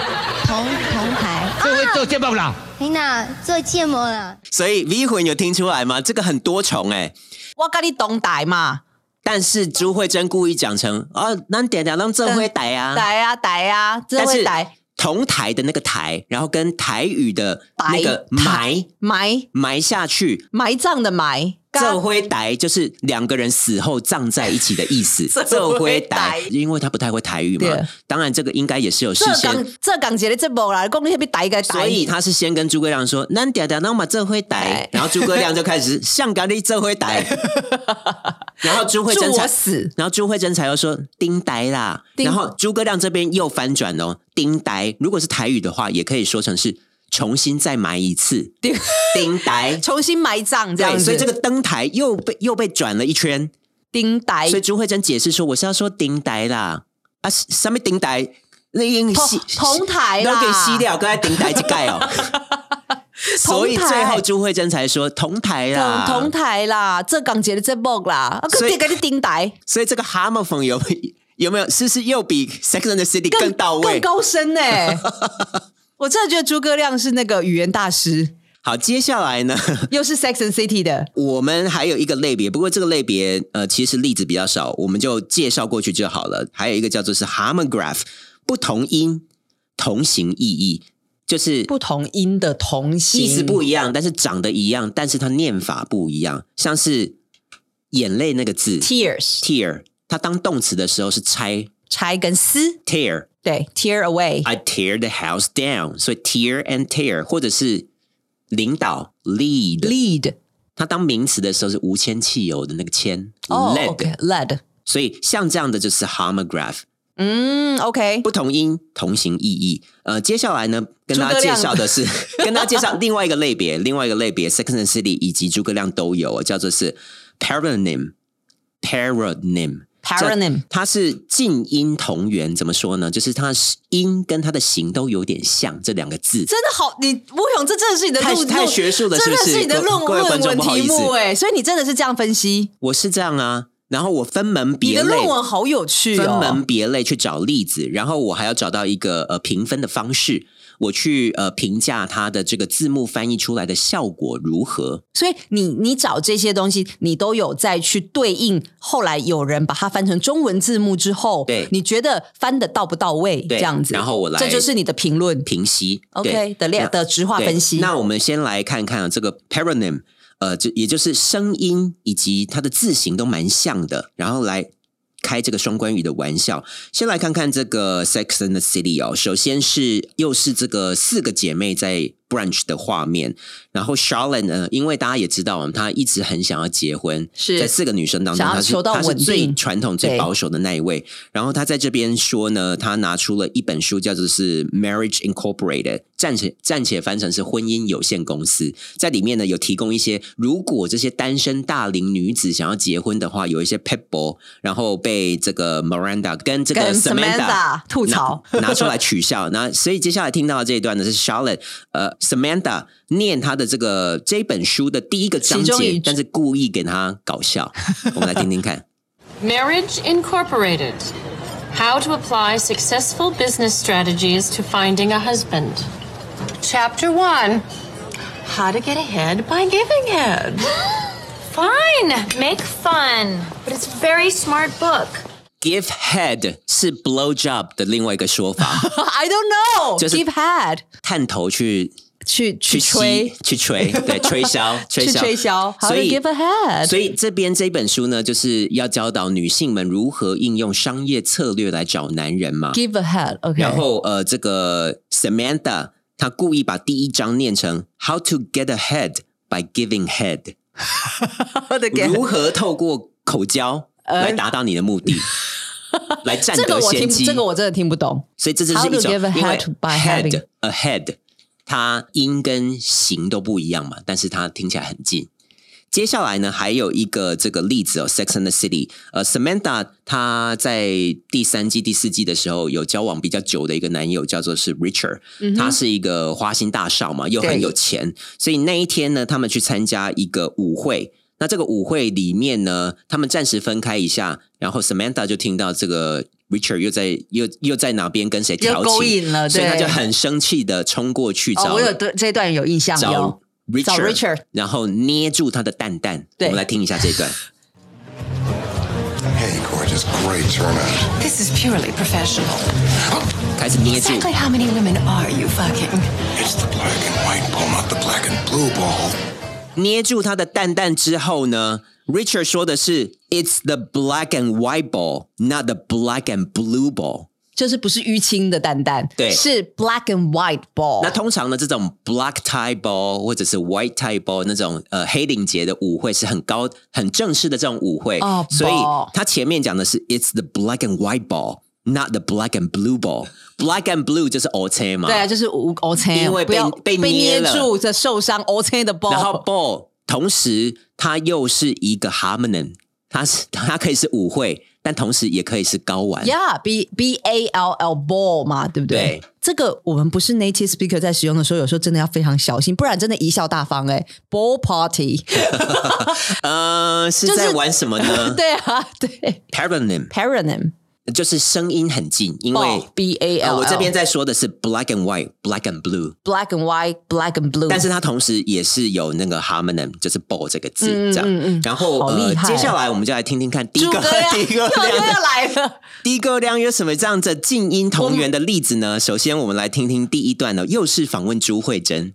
Speaker 13: 同同台。
Speaker 14: 做伙做节目
Speaker 3: 啊
Speaker 14: 啦，
Speaker 13: 嘿呐，做芥末啦。
Speaker 1: 所以迷魂有听出来吗？这个很多重哎、
Speaker 4: 我跟你同台嘛，
Speaker 1: 但是朱慧珍故意讲成啊，那点点让这会逮啊，
Speaker 4: 台啊台啊，这
Speaker 1: 但
Speaker 4: 会
Speaker 1: 是
Speaker 4: 台
Speaker 1: 同台的那个台，然后跟台语的那个埋
Speaker 4: 埋
Speaker 1: 埋下去，
Speaker 4: 埋葬的埋，
Speaker 1: 这灰呆就是两个人死后葬在一起的意
Speaker 4: *laughs*
Speaker 1: 思。这灰呆，因为他不太会台语嘛
Speaker 4: 对，
Speaker 1: 当然这个应该也是有事
Speaker 4: 这港
Speaker 1: 先，
Speaker 4: 这港节的节目啦，讲你那边台个台，
Speaker 1: 所以他是先跟诸葛亮说：“咱嗲嗲，那么这灰呆。”然后诸葛亮就开始像咖喱这灰
Speaker 4: *laughs*
Speaker 1: 呆，然后朱慧珍
Speaker 4: 祝
Speaker 1: 才
Speaker 4: 我死， *laughs*
Speaker 1: 然后朱慧珍才又说丁呆啦，
Speaker 4: 丁
Speaker 1: 然后诸葛亮这边又翻转哦，丁呆，如果是台语的话，也可以说成是重新再埋一次
Speaker 4: 丁
Speaker 1: 丁呆。
Speaker 4: 重新埋葬这样
Speaker 1: 对，
Speaker 4: 子，
Speaker 1: 所以这个登台又被又被转了一圈，
Speaker 4: 丁呆
Speaker 1: 所以朱慧珍解释说，我是要说丁呆啦，啊，什么丁呆？那应
Speaker 4: 同同台啦
Speaker 1: 都给吸掉，刚才丁呆就盖
Speaker 4: *laughs*
Speaker 1: 哦。所以最后朱慧珍才说同台啦，
Speaker 4: 同同。台啦，这港节的节目啦，啊，
Speaker 1: 所
Speaker 4: 个
Speaker 1: 以
Speaker 4: 这个你丁呆
Speaker 1: 所以这个蛤蟆粉有有没有？是不是又比 Sex and the City *laughs* 更到
Speaker 4: 更
Speaker 1: 位？
Speaker 4: 高
Speaker 1: *laughs*
Speaker 4: 深呢、我真的觉得诸葛亮是那个语言大师，
Speaker 1: 好，接下来呢？ *laughs*
Speaker 4: 又是 Sex and City 的，
Speaker 1: 我们还有一个类别，不过这个类别呃其实例子比较少，我们就介绍过去就好了。还有一个叫做是 harmograph，不同音同形异义，就是
Speaker 4: 不同音的同形，
Speaker 1: 意思不一样，但是长得一样，但是它念法不一样。像是眼泪那个字
Speaker 4: Tears
Speaker 1: tear，它当动词的时候是拆
Speaker 4: 拆跟撕，
Speaker 1: tear。
Speaker 4: 对，tear away，
Speaker 1: I tear the house down，所以 tear and tear，或者是领导 lead
Speaker 4: lead，
Speaker 1: 它当名词的时候是无铅汽油的那个铅、
Speaker 4: 哦
Speaker 1: lead，、
Speaker 4: ，OK，lead，
Speaker 1: 所以像这样的就是 homograph，
Speaker 4: 嗯，OK，
Speaker 1: 不同音同形异义。呃，接下来呢，跟大家
Speaker 4: 诸葛
Speaker 1: 介
Speaker 4: 亮
Speaker 1: 绍的
Speaker 4: *laughs*
Speaker 1: 是跟大家介绍另外一个类别，另外一个类别 Sex and the City 以及诸葛亮都有，叫做是 paronym paronym。
Speaker 4: Paronym
Speaker 1: 这它是近音同源，怎么说呢？就是它是音跟它的形都有点像，这两个字
Speaker 4: 真的好，你吴勇，这真的是你的
Speaker 1: 太
Speaker 4: 论，
Speaker 1: 太
Speaker 4: 论
Speaker 1: 学术了是
Speaker 4: 真
Speaker 1: 不
Speaker 4: 的
Speaker 1: 是
Speaker 4: 是你的
Speaker 1: 各
Speaker 4: 论
Speaker 1: 各位观
Speaker 4: 论
Speaker 1: 众
Speaker 4: 文
Speaker 1: 不好
Speaker 4: 题
Speaker 1: 意思
Speaker 4: 目哎，所以你真的是这样分析，
Speaker 1: 我是这样啊，然后我分门别类，
Speaker 4: 你的论文好有趣哦
Speaker 1: 分门别类去找例子，然后我还要找到一个呃评分的方式，我去呃评价它的这个字幕翻译出来的效果如何。
Speaker 4: 所以你你找这些东西，你都有在去对应。后来有人把它翻成中文字幕之后，
Speaker 1: 对
Speaker 4: 你觉得翻的到不到位？这
Speaker 1: 对
Speaker 4: 样子，
Speaker 1: 然后我来
Speaker 4: 这就是你的评论
Speaker 1: 评析
Speaker 4: OK，的量的直化分析
Speaker 1: 那我们先来看看、啊、这个 paronym，呃，就也就是声音以及它的字形都蛮像的，然后来开这个双关语的玩笑。先来看看这个 Sex and the City 哦，首先是又是这个四个姐妹在 brunch 的画面，然后 Charlotte 呢，因为大家也知道，她一直很想要结婚，
Speaker 4: 是
Speaker 1: 在四个女生当中，
Speaker 4: 想要
Speaker 1: 她是
Speaker 4: 求到
Speaker 1: 她是
Speaker 4: 稳
Speaker 1: 最
Speaker 4: 定
Speaker 1: 传统、最
Speaker 4: 对
Speaker 1: 保守的那一位。然后他在这边说呢，他拿出了一本书，叫做是《Marriage Incorporated》，暂且暂且翻成是《婚姻有限公司》。在里面呢，有提供一些，如果这些单身大龄女子想要结婚的话，有一些 pebble，然后被这个 Miranda 跟这个
Speaker 4: 跟 Samantha 吐槽
Speaker 1: 拿拿出来取笑。那所以接下来听到的这一段呢，是 Charlotte 呃 Samantha 念她的这个这本书的第一个章
Speaker 15: 其中一
Speaker 1: 节，但是故意给她搞笑。我们来听听看。
Speaker 15: Marriage Incorporated How to Apply Successful Business Strategies to Finding a Husband. Chapter 1 How to Get Ahead by Giving Head.
Speaker 11: *laughs* Fine, make fun. But it's a very smart book.
Speaker 1: Give head 是 blow job 的另外一个说
Speaker 4: *laughs*
Speaker 1: 法，
Speaker 4: I don't know，
Speaker 1: 就是
Speaker 4: keep had
Speaker 1: 探头去
Speaker 4: 去
Speaker 1: 去吸
Speaker 4: 吹，
Speaker 1: 去
Speaker 4: *laughs*
Speaker 1: 吹，对，吹箫，吹
Speaker 4: 去
Speaker 1: 箫，
Speaker 4: 吹箫，How to
Speaker 1: 所以
Speaker 4: give a head
Speaker 1: 所以这边这本书呢，就是要教导女性们如何应用商业策略来找男人嘛。
Speaker 4: give a head OK，
Speaker 1: 然
Speaker 4: *laughs*
Speaker 1: 后呃，这个 Samantha 她故意把第一章念成 How to get ahead by giving head，如何透过口交来达到你的目的，
Speaker 4: *laughs*
Speaker 1: 来占
Speaker 4: 这个
Speaker 1: 得
Speaker 4: 我听
Speaker 1: 先
Speaker 4: 不
Speaker 1: 机。
Speaker 4: 这个我真的听不懂，
Speaker 1: 所以这就是
Speaker 4: How to
Speaker 1: 一种
Speaker 4: give a
Speaker 1: 因为
Speaker 4: head by
Speaker 1: head
Speaker 4: having-
Speaker 1: a head，它音跟形都不一样嘛，但是它听起来很近。接下来呢，还有一个这个例子哦，《Sex and the City》呃，Samantha 她在第三季、第四季的时候有交往比较久的一个男友，叫做是 Richard，、
Speaker 16: 嗯哼
Speaker 1: 他是一个花心大少嘛，又很
Speaker 16: 对
Speaker 1: 有钱，所以那一天呢，他们去参加一个舞会。那这个舞会里面呢，他们暂时分开一下，然后 Samantha 就听到这个 Richard 又在又又在哪边跟谁调
Speaker 4: 又
Speaker 1: 情，
Speaker 4: 勾引了
Speaker 1: 所以他
Speaker 4: 对
Speaker 1: 就很生气的冲过去找、
Speaker 4: 哦，我有对这一段有印象，
Speaker 1: 找
Speaker 4: 啊有
Speaker 1: Richard，,
Speaker 4: 找 Richard
Speaker 1: 然后捏住他的蛋蛋。我
Speaker 4: 对
Speaker 1: 们来听一下这一段。
Speaker 17: *laughs* Hey, gorgeous, great turnout.
Speaker 9: This is purely professional.
Speaker 1: 开始
Speaker 4: *laughs*
Speaker 1: 捏住
Speaker 9: Exactly how many women are you fucking?
Speaker 17: It's the black and white ball, not the black and blue ball.
Speaker 1: 捏住他的蛋蛋之后呢，Richard 说的是 "It's the black and white ball, not the black and blue ball."
Speaker 4: 就是不是淤青的蛋蛋，
Speaker 1: 对
Speaker 4: 是 black and white ball。
Speaker 1: 那通常呢，这种 black tie ball 或者是 white tie ball 那种呃黑领结的舞会是很高、很正式的这种舞会，
Speaker 4: 哦
Speaker 1: 所以
Speaker 4: ball
Speaker 1: 他前面讲的是 it's the black and white ball。Not the black and blue ball. Black and blue 就是 O C 嘛，
Speaker 4: 对啊，就是无 O C，
Speaker 1: 因为被
Speaker 4: 不要
Speaker 1: 被
Speaker 4: 被
Speaker 1: 捏
Speaker 4: 捏
Speaker 1: 了
Speaker 4: 住这受伤 O C 的
Speaker 1: 然后
Speaker 4: ball，
Speaker 1: ball 同时它又是一个 harmony，它是它可以是舞会，但同时也可以是高玩。
Speaker 4: Yeah，B B A L L ball 嘛，对不对？
Speaker 1: 对
Speaker 4: 这个我们不是 native speaker 在使用的时候，有时候真的要非常小心，不然真的贻笑大方哎、ball party， *laughs*
Speaker 1: 呃，是
Speaker 4: 就是
Speaker 1: 在玩什么呢？
Speaker 4: *laughs* 对啊，对
Speaker 1: Paronym
Speaker 4: ，paronym
Speaker 1: 就是声音很近，因为
Speaker 4: Ball, B A L 嗯 L
Speaker 1: 呃我这边在说的是 black and white, black and blue，
Speaker 4: black and white black and blue，
Speaker 1: 但是它同时也是有那个 harmony，就是 ball 这个字、
Speaker 4: 嗯嗯
Speaker 1: 这样。
Speaker 4: 嗯嗯
Speaker 1: 然后
Speaker 4: 好
Speaker 1: 呃
Speaker 4: 厉，害
Speaker 1: 接下来我们就来听听看第一
Speaker 4: 猪
Speaker 1: 个
Speaker 4: 哥呀
Speaker 1: *laughs* 第一
Speaker 4: *laughs*
Speaker 1: 个
Speaker 4: 又
Speaker 1: 亮
Speaker 4: 又要来了，
Speaker 1: 第一个亮有什么这样的近音同源的例子呢？首先，我们来听听第一段呢，又是访问朱慧珍。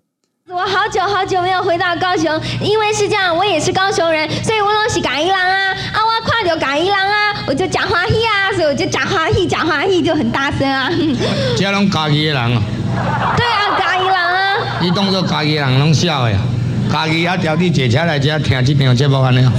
Speaker 13: 我好久好久没有回到高雄，因为是这样，我也是高雄人，所以我拢是港一郎啊，啊，我看到港一郎啊，我就讲花戏啊，所以我就讲花戏，讲花戏就很大声啊。
Speaker 3: 这拢家己的人哦，
Speaker 13: 对啊，港一郎啊，
Speaker 3: 你当做家己的人拢笑的啊，家己还调你坐车来遮听这场节目安尼哦，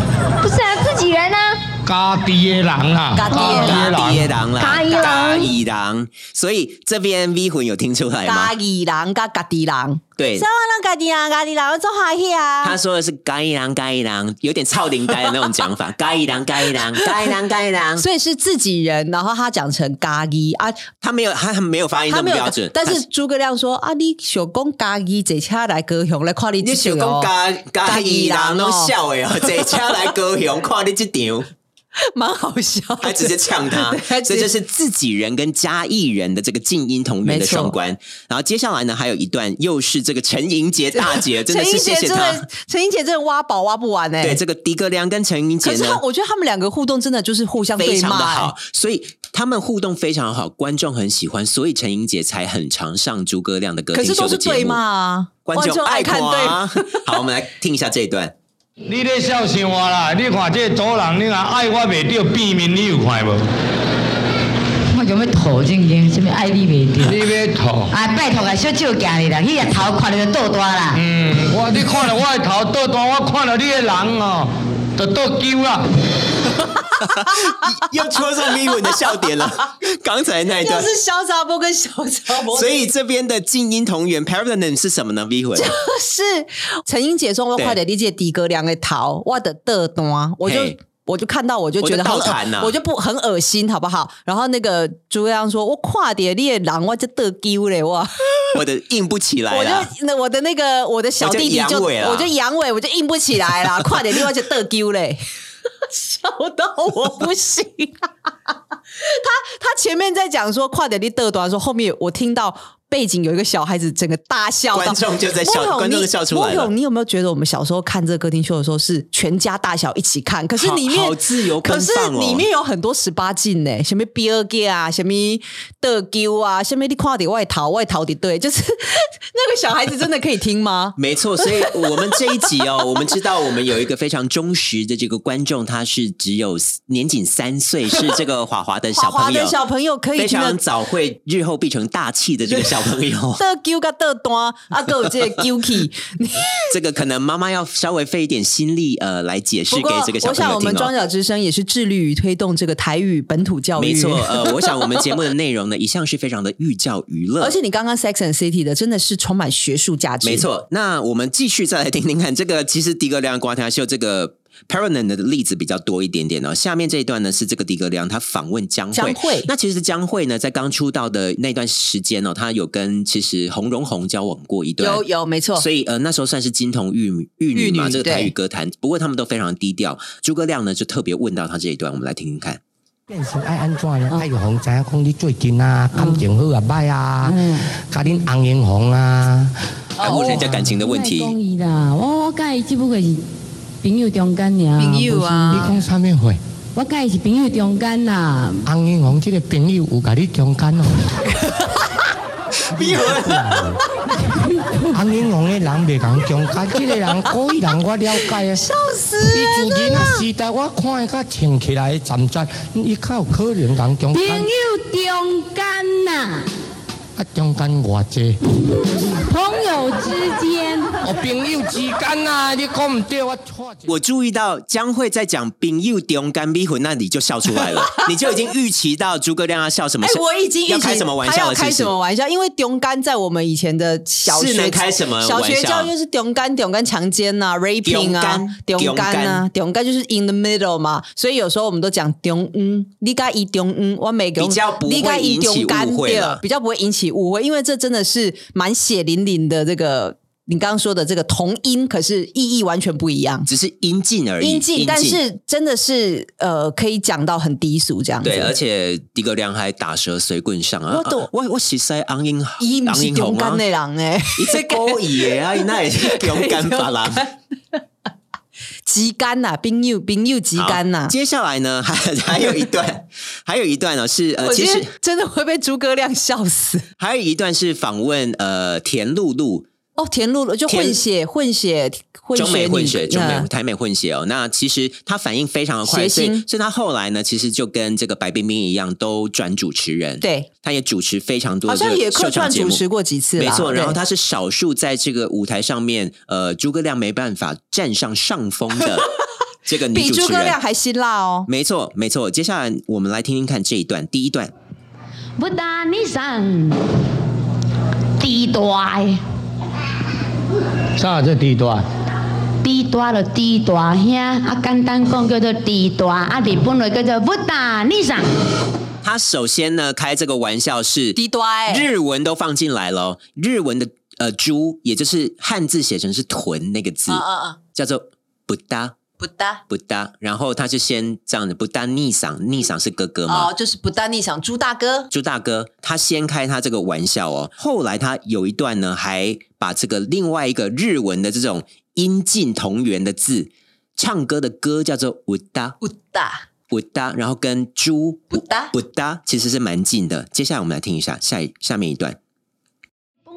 Speaker 13: 不是啊，自己人啊，
Speaker 3: 家己的人啊啦，
Speaker 13: 家己的人
Speaker 1: 嘎耶郎啦，
Speaker 13: 嘎耶郎
Speaker 1: 嘎耶郎。所以这边 V 魂有听出来吗
Speaker 4: 咖？喱狼跟咖喱狼，
Speaker 1: 对
Speaker 4: 什，么人咖喱狼咖喱狼做好戏啊？
Speaker 1: 他说的是嘎耶郎，嘎耶郎，有点超灵呆的那种讲
Speaker 4: *laughs*
Speaker 1: 法，嘎耶郎，嘎耶郎，嘎耶郎，嘎耶郎。
Speaker 4: 所以是自己人，然后他讲成咖喱啊，
Speaker 1: 他没有，他没有发音那
Speaker 4: 他
Speaker 1: 么
Speaker 4: 没有
Speaker 1: 标准，
Speaker 4: 但是诸葛亮说啊，你小公咖喱这车来高雄来看你
Speaker 1: 你
Speaker 4: 这
Speaker 1: 想讲
Speaker 4: 场哦， *laughs*
Speaker 1: 家家己人拢笑的哦，坐车来高雄看你这场。
Speaker 4: 蛮好笑的，
Speaker 1: 他直接呛他
Speaker 4: 对， *laughs* 他直
Speaker 1: 这
Speaker 4: 接
Speaker 1: 就是自己人跟嘉义人的这个近音同源的
Speaker 4: 没错
Speaker 1: 双关。然后接下来呢，还有一段又是这个陈莹杰大姐，真的
Speaker 4: *laughs* 陈
Speaker 1: 是
Speaker 4: 英
Speaker 1: 谢
Speaker 4: 杰
Speaker 1: 谢
Speaker 4: 真
Speaker 1: 她
Speaker 4: 的。，陈英杰真的挖宝挖不完哎、
Speaker 1: 对，这个狄格良跟陈莹杰
Speaker 4: 可是
Speaker 1: 呢
Speaker 4: 他，，我觉得他们两个互动真的就是互相
Speaker 1: 非
Speaker 4: 对
Speaker 1: 常
Speaker 4: 骂、
Speaker 1: 的
Speaker 4: 哎
Speaker 1: 好，所以他们互动非常好，观众很喜欢，所以陈莹杰才很常上诸葛亮的歌
Speaker 4: 可
Speaker 1: 厅
Speaker 4: 是
Speaker 1: 秀
Speaker 4: 都
Speaker 1: 的
Speaker 4: 是
Speaker 1: 节目。
Speaker 4: 对骂啊，
Speaker 1: 观众爱
Speaker 4: 看
Speaker 1: 看
Speaker 4: 对骂。
Speaker 1: 对。 *laughs* 好，我们来听一下这一 *laughs* 段。
Speaker 3: 你咧笑死我啦！你看这主人，你若爱我袂着变面，你有看无？
Speaker 16: 我想要吐正经，什么爱你袂
Speaker 3: *laughs*
Speaker 14: 嗯
Speaker 3: 你
Speaker 16: 着？
Speaker 3: 要吐。
Speaker 16: 啊，拜托啊，小少行你啦，迄个头看着就倒大啦。
Speaker 3: 嗯，我你看到我的头倒单，我看到你的人哦，就倒揪啦。
Speaker 1: 又戳中咪文的笑点了， *laughs* 刚才那一
Speaker 4: 又
Speaker 1: 段。
Speaker 4: 是小杂波跟小杂波，
Speaker 1: 所以这边的静音同源 （paronym） 是什么呢？V
Speaker 4: *laughs*
Speaker 1: 魂
Speaker 4: 就是陈英姐说：“我
Speaker 1: 对
Speaker 4: 快点理解迪哥两个逃，我的的端，我就
Speaker 1: 嘿
Speaker 4: 我就看到我就觉得很
Speaker 1: 我就倒弹
Speaker 4: 恶
Speaker 1: 呐
Speaker 4: 我就不很恶心，好不好？”然后那个朱亮说：“我跨点猎狼，我就的丢嘞，我
Speaker 1: 我的硬不起来啊
Speaker 4: 我就
Speaker 1: 了。
Speaker 4: 那我的那个我的小弟弟
Speaker 1: 哎我就阳
Speaker 4: 就
Speaker 1: 痿啦
Speaker 4: 我就阳痿，我就硬不起
Speaker 1: *laughs*
Speaker 4: 来啦，跨点另外就的丢嘞。”笑到我不行、啊 *laughs* 他他前面在讲说跨点力得短的时候，后面我听到背景有一个小孩子整个大笑到，
Speaker 1: 观众就在笑
Speaker 4: 莫勇
Speaker 1: 观众
Speaker 4: 你
Speaker 1: 就笑出来了
Speaker 4: 莫勇，你有没有觉得我们小时候看这个歌厅秀的时候是全家大小一起看？可是
Speaker 1: 好
Speaker 4: 里面
Speaker 1: 好自由奔
Speaker 4: 可
Speaker 1: 放
Speaker 4: 是
Speaker 1: 哦
Speaker 4: 里面有很多十八禁呢，什么 b e g 啊，什么的丢啊，什么你跨点外逃外逃的对，就是 *laughs* 那个小孩子真的可以听吗？
Speaker 1: 没错，所以我们这一集哦，我们知道我们有一个非常忠实的这个观众，他是只有年仅三岁，是这个华华 *laughs* 的小
Speaker 4: 华
Speaker 1: 朋
Speaker 4: 的
Speaker 1: 友，
Speaker 4: 小朋友可以
Speaker 1: 非
Speaker 4: 听得
Speaker 1: 常早会日后必成大器的这个小朋
Speaker 4: *laughs*
Speaker 1: 友。
Speaker 4: 的丢跟的端啊，够这个 guilty。
Speaker 1: *laughs* 这个可能妈妈要稍微费一点心力，呃，来解释
Speaker 4: 不
Speaker 1: 给
Speaker 4: 过，
Speaker 1: 这个小
Speaker 4: 我
Speaker 1: 朋
Speaker 4: 想
Speaker 1: 友
Speaker 4: 我
Speaker 1: 听
Speaker 4: 们庄
Speaker 1: 哦。
Speaker 4: 脚之声也是致力于推动这个台语本土教育。 *laughs*
Speaker 1: 没错，呃，我想我们节目的内容呢，一向是非常的寓教于乐，
Speaker 4: 而且你刚刚 Sex and City 的真的是充满学术价值。
Speaker 1: 没，错，那我们继续再来听听看，这个其实迪格亮瓜田秀这个 p a r a n o n 的例子比较多一点点哦。下面这一段呢是这个迪格亮他访问江蕙，
Speaker 4: 江蕙
Speaker 1: 那其实江蕙呢在刚出道的那段时间哦，他有跟其实洪荣宏交往过一段，
Speaker 4: 有有没错。
Speaker 1: 所以呃，那时候算是金童玉女玉女嘛，
Speaker 4: 玉女
Speaker 1: 这个台语
Speaker 4: 对
Speaker 1: 歌坛。不过他们都非常低调。诸葛亮呢就特别问到他这一段，我们来听听看。
Speaker 14: 变成爱安怎呢？爱互人知影讲你最近啊，感情好啊，歹啊，甲恁红英红啊，
Speaker 1: 还
Speaker 4: 哦
Speaker 1: 问人家感情的问题，
Speaker 16: 讲伊啦，我我甲伊只不过是朋友中间尔。
Speaker 4: 朋友
Speaker 14: 你
Speaker 4: 啊，
Speaker 14: 讲啥物话？
Speaker 16: 我甲伊是朋友中间啦，
Speaker 14: 红英红这个朋友有甲你中间哦。
Speaker 1: 逼婚，
Speaker 14: 红英红的人袂共中间，这个人故意人我了解啊。笑
Speaker 4: 死
Speaker 14: 伊自囡仔时代，我看伊较穿起来的站站，伊较有可能共中
Speaker 16: 朋
Speaker 14: 间，
Speaker 16: 友中间啦，
Speaker 14: 啊中间偌济。
Speaker 16: 朋友之间。
Speaker 14: 我哦朋友之间啊，你讲唔对，我错。
Speaker 1: 我注意到江蕙在讲“冰又丢干逼魂”，那你就笑出来
Speaker 4: *laughs*
Speaker 1: 了，你就已经预期到诸葛亮要笑什么
Speaker 4: 哎
Speaker 1: 笑，，
Speaker 4: 我已经预
Speaker 1: 要
Speaker 4: 期
Speaker 1: 开什么玩
Speaker 4: 他
Speaker 1: 笑
Speaker 4: 要
Speaker 1: 了，是
Speaker 4: 开
Speaker 1: 不是
Speaker 4: 什？么玩笑？因为丢干在我们以前的小
Speaker 1: 是
Speaker 4: 学
Speaker 1: 能开什么玩笑
Speaker 4: 小学教育就是丢干丢干强奸呐，raping 啊
Speaker 1: 中间，
Speaker 4: 丢干啊，丢干就是 in the middle 嘛。所以有时候我们都讲丢嗯，你该一丢嗯，我每个
Speaker 1: 比较不会
Speaker 4: 你该一丢干
Speaker 1: 引起误会啦
Speaker 4: 对，比较不会引起误会，因为这真的是蛮血淋淋的这个。你刚刚说的这个同音，可是意义完全不一样。
Speaker 1: 只是音近而已，
Speaker 4: 音记，但是真的是呃，可以讲到很低俗这样子。
Speaker 1: 对，而且诸葛亮还打蛇随棍上啊！
Speaker 4: 我懂
Speaker 1: 啊我我是在昂英
Speaker 4: 伊不
Speaker 1: 昂
Speaker 4: 是
Speaker 1: 英
Speaker 4: 中
Speaker 1: 红
Speaker 4: 间
Speaker 1: 啊，
Speaker 4: 的人欸诶，
Speaker 1: 你这故意的啊，那也是勇敢法
Speaker 4: *laughs*
Speaker 1: 郎。
Speaker 4: 极干呐，冰友冰友极干呐。
Speaker 1: 接下来呢， *laughs* 还还有一段，还有一段呢、是呃，
Speaker 4: 我
Speaker 1: 其
Speaker 4: 今
Speaker 1: 实
Speaker 4: 天真的会被诸葛亮笑死
Speaker 1: 还有一段是访问呃田露露。
Speaker 4: *laughs* 哦！田露露就混血混血混血
Speaker 1: 中美
Speaker 4: 女
Speaker 1: 混血，中美
Speaker 4: 嗯
Speaker 1: 台美混血哦。那其实他反应非常的快，
Speaker 4: 谐
Speaker 1: 所以
Speaker 4: 星
Speaker 1: 所以他后来呢，其实就跟这个白冰冰一样，都转主持人。，
Speaker 4: 对，
Speaker 1: 他也主持非常多
Speaker 4: 好
Speaker 1: 的这
Speaker 4: 像
Speaker 1: 个
Speaker 4: 也
Speaker 1: 秀
Speaker 4: 客
Speaker 1: 场
Speaker 4: 串
Speaker 1: 节目
Speaker 4: 主持过几次啦
Speaker 1: 没错，
Speaker 4: 对
Speaker 1: 然后他是少数在这个舞台上面，呃，诸葛亮没办法占上上风
Speaker 4: *laughs*
Speaker 1: 的这个女
Speaker 4: 比
Speaker 1: 主
Speaker 4: 诸
Speaker 1: 持
Speaker 4: 葛
Speaker 1: 人
Speaker 4: 亮。还辛辣哦。
Speaker 1: 没错，没错。接下来我们来听听看这一段，第一段，
Speaker 2: 不打你上，低大的，
Speaker 3: 啥这地段？
Speaker 2: 低大就低大兄，啊简单讲叫做低大，啊日本话叫做不打你上。
Speaker 1: 他首先呢开这个玩笑是
Speaker 4: 低端
Speaker 1: 日文都放进来了哦，日文的
Speaker 4: 哦
Speaker 1: 呃“猪”也就是汉字写成是“豚”那个字，
Speaker 4: 啊啊啊！
Speaker 1: 叫做“不搭
Speaker 4: 不搭
Speaker 1: 不搭，然后他就先这样子，不搭逆嗓，逆嗓是哥哥嘛，
Speaker 4: 哦，就是不搭逆想朱大哥，
Speaker 1: 朱大哥，他先开他这个玩笑哦。后来他有一段呢，还把这个另外一个日文的这种音近同源的字，唱歌的歌叫做五搭
Speaker 4: 不搭
Speaker 1: 五搭，然后跟猪
Speaker 4: 不搭
Speaker 1: 不搭其实是蛮近的。接下来我们来听一下下一下面一段。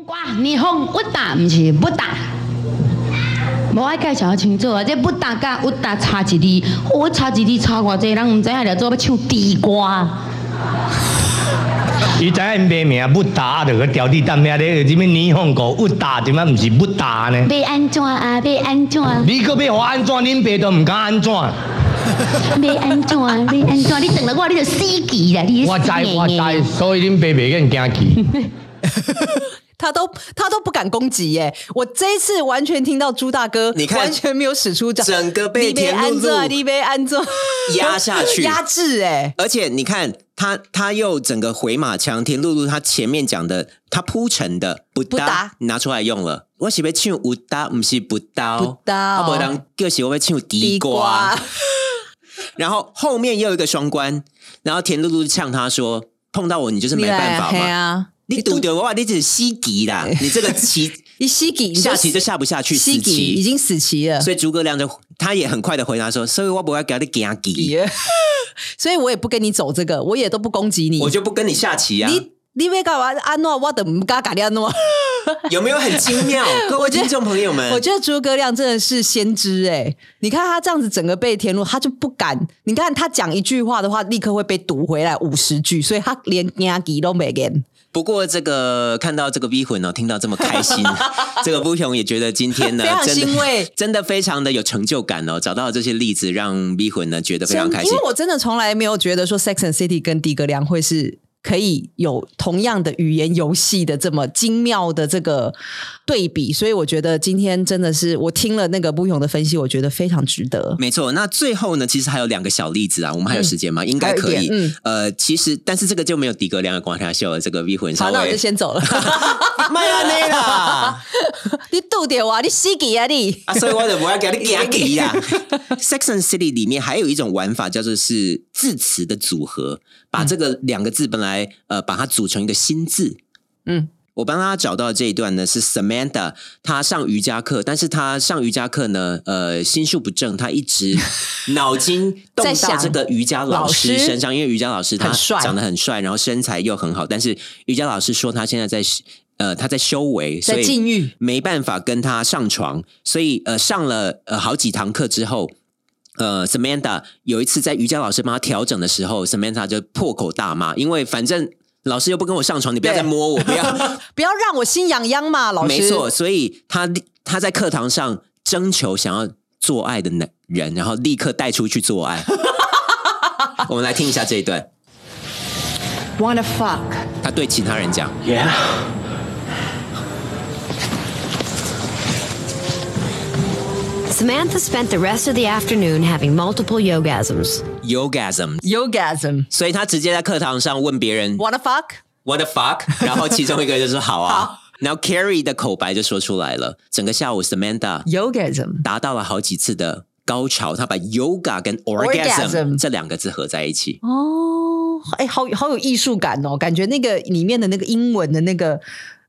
Speaker 18: 哇，你红乌达唔是乌达，无爱介绍清楚啊！这乌达甲乌达差一字，我差一字差偌济，人毋知影了，做要唱地啊瓜。
Speaker 3: 伊知影因爸名不打，就去调地当遐咧，什物霓虹狗不打，怎啊毋是不打呢？
Speaker 18: 要安怎啊？要安怎？
Speaker 3: 你搁要我安怎？恁爸都毋敢安怎？
Speaker 18: 要安怎？要安怎？你等了我，你就死记啦！你
Speaker 3: 我知我知，所以恁爸袂瘾惊去。
Speaker 4: 他都他都不敢攻击耶！我这一次完全听到朱大哥，
Speaker 1: 你看
Speaker 4: 完全没有使出招，
Speaker 1: 整个被
Speaker 4: 你被
Speaker 1: 田露
Speaker 4: 安坐，
Speaker 1: 露
Speaker 4: 你被安坐
Speaker 1: 压下去
Speaker 4: *laughs* 压制哎，
Speaker 1: 而且你看他，他又整个回马枪，田露露他前面讲的，他铺陈的不
Speaker 4: 不搭
Speaker 1: 搭拿出来用了。我是要唱不搭，不是不搭哦，
Speaker 4: 不搭
Speaker 1: 啊，
Speaker 4: 哦
Speaker 1: 不然就是我要唱地瓜。 *laughs* 然后后面又有一个双关，然后田露露呛他说：“碰到我你就是没办法
Speaker 4: 你来嘿
Speaker 1: 嘛，
Speaker 4: 啊，
Speaker 1: 你赌的话你只是西敌
Speaker 4: *laughs*
Speaker 1: 啦，你这个棋
Speaker 4: 一西给你
Speaker 1: 下棋就下不下去，死
Speaker 4: 西给
Speaker 1: 棋
Speaker 4: 已经死棋了，
Speaker 1: 所以诸葛亮就他也很快的回答说：“所以我不要给你惊棋，
Speaker 4: 耶 *laughs* 所以我也不跟你走这个，我也都不攻击你，
Speaker 1: 我就不跟你下棋啊。”
Speaker 4: 你你别干嘛安啊诺，我等不敢干你啊安诺。 *laughs*
Speaker 1: 有没有很精妙？各位听众朋友们，
Speaker 4: 我觉得诸葛亮真的是先知哎、你看他这样子整个被填入，他就不敢。你看他讲一句话的话，立刻会被堵回来五十句，所以他连压鸡都没给。
Speaker 1: 不过这个看到这个 V 魂哦，听到这么开
Speaker 4: *laughs*
Speaker 1: 心，这个不雄也觉得今天呢
Speaker 4: 非常，
Speaker 1: 真
Speaker 4: 欣
Speaker 1: 的
Speaker 4: 慰
Speaker 1: 真的非常的有成就感哦，找到这些例子让 V 魂呢觉得非常开
Speaker 4: 因
Speaker 1: 心
Speaker 4: 为。我真的从来没有觉得说 Sex and City 跟迪格良会是可以有同样的语言游戏的这么精妙的这个对比，所以我觉得今天真的是我听了那个不勇的分析，我觉得非常值得。
Speaker 1: 没错，那最后呢，其实还有两个小例子啊，我们还有时间吗？应该可
Speaker 4: 还有一
Speaker 1: 以。
Speaker 4: 点嗯
Speaker 1: 呃，其实但是这个就没有迪格亮的光他秀了，这个 V 魂稍
Speaker 4: 好，那我
Speaker 1: 微 *laughs*
Speaker 4: 就先走了。
Speaker 1: 卖安内
Speaker 4: *laughs*
Speaker 1: 啦， *laughs*
Speaker 4: 你逗点我，你死给啊你！
Speaker 1: 啊，所以我就不要给你啊惊 *laughs* 奇啦。Sex and City 里面还有一种玩法叫做是字词的组合，把这个两个字本来呃把它组成一个新字。
Speaker 4: 嗯，
Speaker 1: 我帮大家找到的这一段呢是 Samantha，她上瑜伽课，但是她上瑜伽课呢，呃，心术不正，她一 *laughs* 直脑筋动
Speaker 4: 在
Speaker 1: 到
Speaker 4: 想
Speaker 1: 这个瑜伽老师
Speaker 4: 老师
Speaker 1: 身上，因为瑜伽老师他
Speaker 4: 很帅
Speaker 1: 长得很帅，然后身材又很好，但是瑜伽老师说他现在在呃他在修为，
Speaker 4: 在
Speaker 1: 所以
Speaker 4: 禁欲
Speaker 1: 没办法跟他上床，所以呃上了呃好几堂课之后。呃，Samantha 有一次在瑜伽老师帮他调整的时候，Samantha 就破口大骂，因为反正老师又不跟我上床，你不要再摸我，不
Speaker 4: *laughs*
Speaker 1: 要，
Speaker 4: 不要让我心痒痒嘛，老师。
Speaker 1: 没错，，所以他他在课堂上征求想要做爱的男人，然后立刻带出去做
Speaker 4: *laughs*
Speaker 1: 爱。我们来听一下这一段，
Speaker 9: Wanna fuck?
Speaker 1: 他对其他人讲
Speaker 9: Yeah.
Speaker 19: Samantha spent the rest of the afternoon having multiple yogasms.
Speaker 1: “yogasm”，
Speaker 4: Yogasm
Speaker 1: 所以他直接在课堂上问别人
Speaker 4: What the fuck？
Speaker 1: “What the
Speaker 4: *laughs*
Speaker 1: fuck”，然后其中一个就说“好啊”，然后 Carrie 的口白就说出来了。整个下午，Samantha
Speaker 4: Yogasm
Speaker 1: 达到了好几次的高潮，他把 yoga 跟 orgasm,
Speaker 4: Orgasm
Speaker 1: 这两个字合在一起。
Speaker 4: 哦，哎、好好有艺术感哦，感觉那个里面的那个英文的那个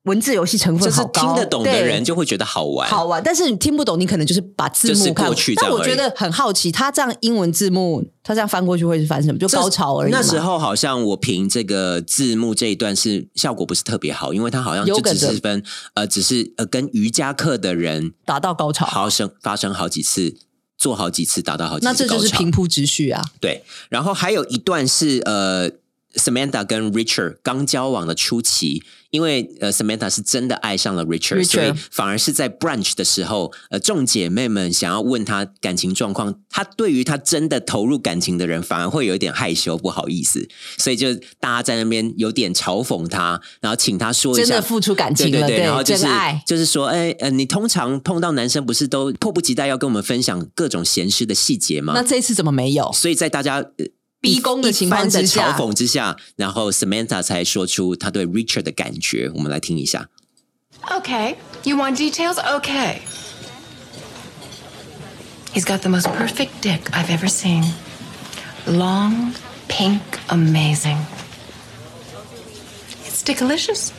Speaker 4: 文字游戏成
Speaker 1: 就
Speaker 4: 分
Speaker 1: 是
Speaker 4: 好高，
Speaker 1: 听得懂的
Speaker 4: 对
Speaker 1: 人就会觉得好玩，
Speaker 4: 好啊玩，但是你听不懂，你可能就是把字
Speaker 1: 就是
Speaker 4: 幕看
Speaker 1: 过
Speaker 4: 完。
Speaker 1: 去这
Speaker 4: 但
Speaker 1: 样
Speaker 4: 我
Speaker 1: 而已
Speaker 4: 觉得很好奇，他这样英文字幕，他这样翻过去会是翻什么？就高潮而已嘛。
Speaker 1: 那时候好像我评这个字幕这一段是效果不是特别好，因为它好像
Speaker 4: 有
Speaker 1: 就
Speaker 4: 梗
Speaker 1: 只
Speaker 4: 的
Speaker 1: 是分呃，只是呃跟瑜伽课的人
Speaker 4: 达到高潮，
Speaker 1: 好生发生好几次，做好几次，达到好几次
Speaker 4: 那这就是
Speaker 1: 高潮
Speaker 4: 平铺直叙啊。
Speaker 1: 对，然后还有一段是呃，Samantha 跟 Richard 刚交往的初期，因为呃，Samantha 是真的爱上了 Richard，,
Speaker 4: Richard
Speaker 1: 所以反而是在 brunch 的时候，呃，众姐妹们想要问她感情状况，她对于她真的投入感情的人，反而会有一点害羞，不好意思，所以就大家在那边有点嘲讽她，然后请她说一下
Speaker 4: 真的付出感情
Speaker 1: 对
Speaker 4: 了，
Speaker 1: 对对，然后就是
Speaker 4: 真爱。
Speaker 1: 就是说，哎、呃，你通常碰到男生不是都迫不及待要跟我们分享各种闲事的细节吗？
Speaker 4: 那这一次怎么没有？
Speaker 1: 所以在大家呃
Speaker 4: 逼宫的
Speaker 1: 一
Speaker 4: 情况
Speaker 1: 一番的
Speaker 4: 之下
Speaker 1: 嘲讽之下，然后 Samantha 才说出她对 Richard 的感觉。我们来听一下。
Speaker 9: Okay. You want details? Okay. He's got the most perfect dick I've ever seen. Long, pink, amazing. It's dickalicious.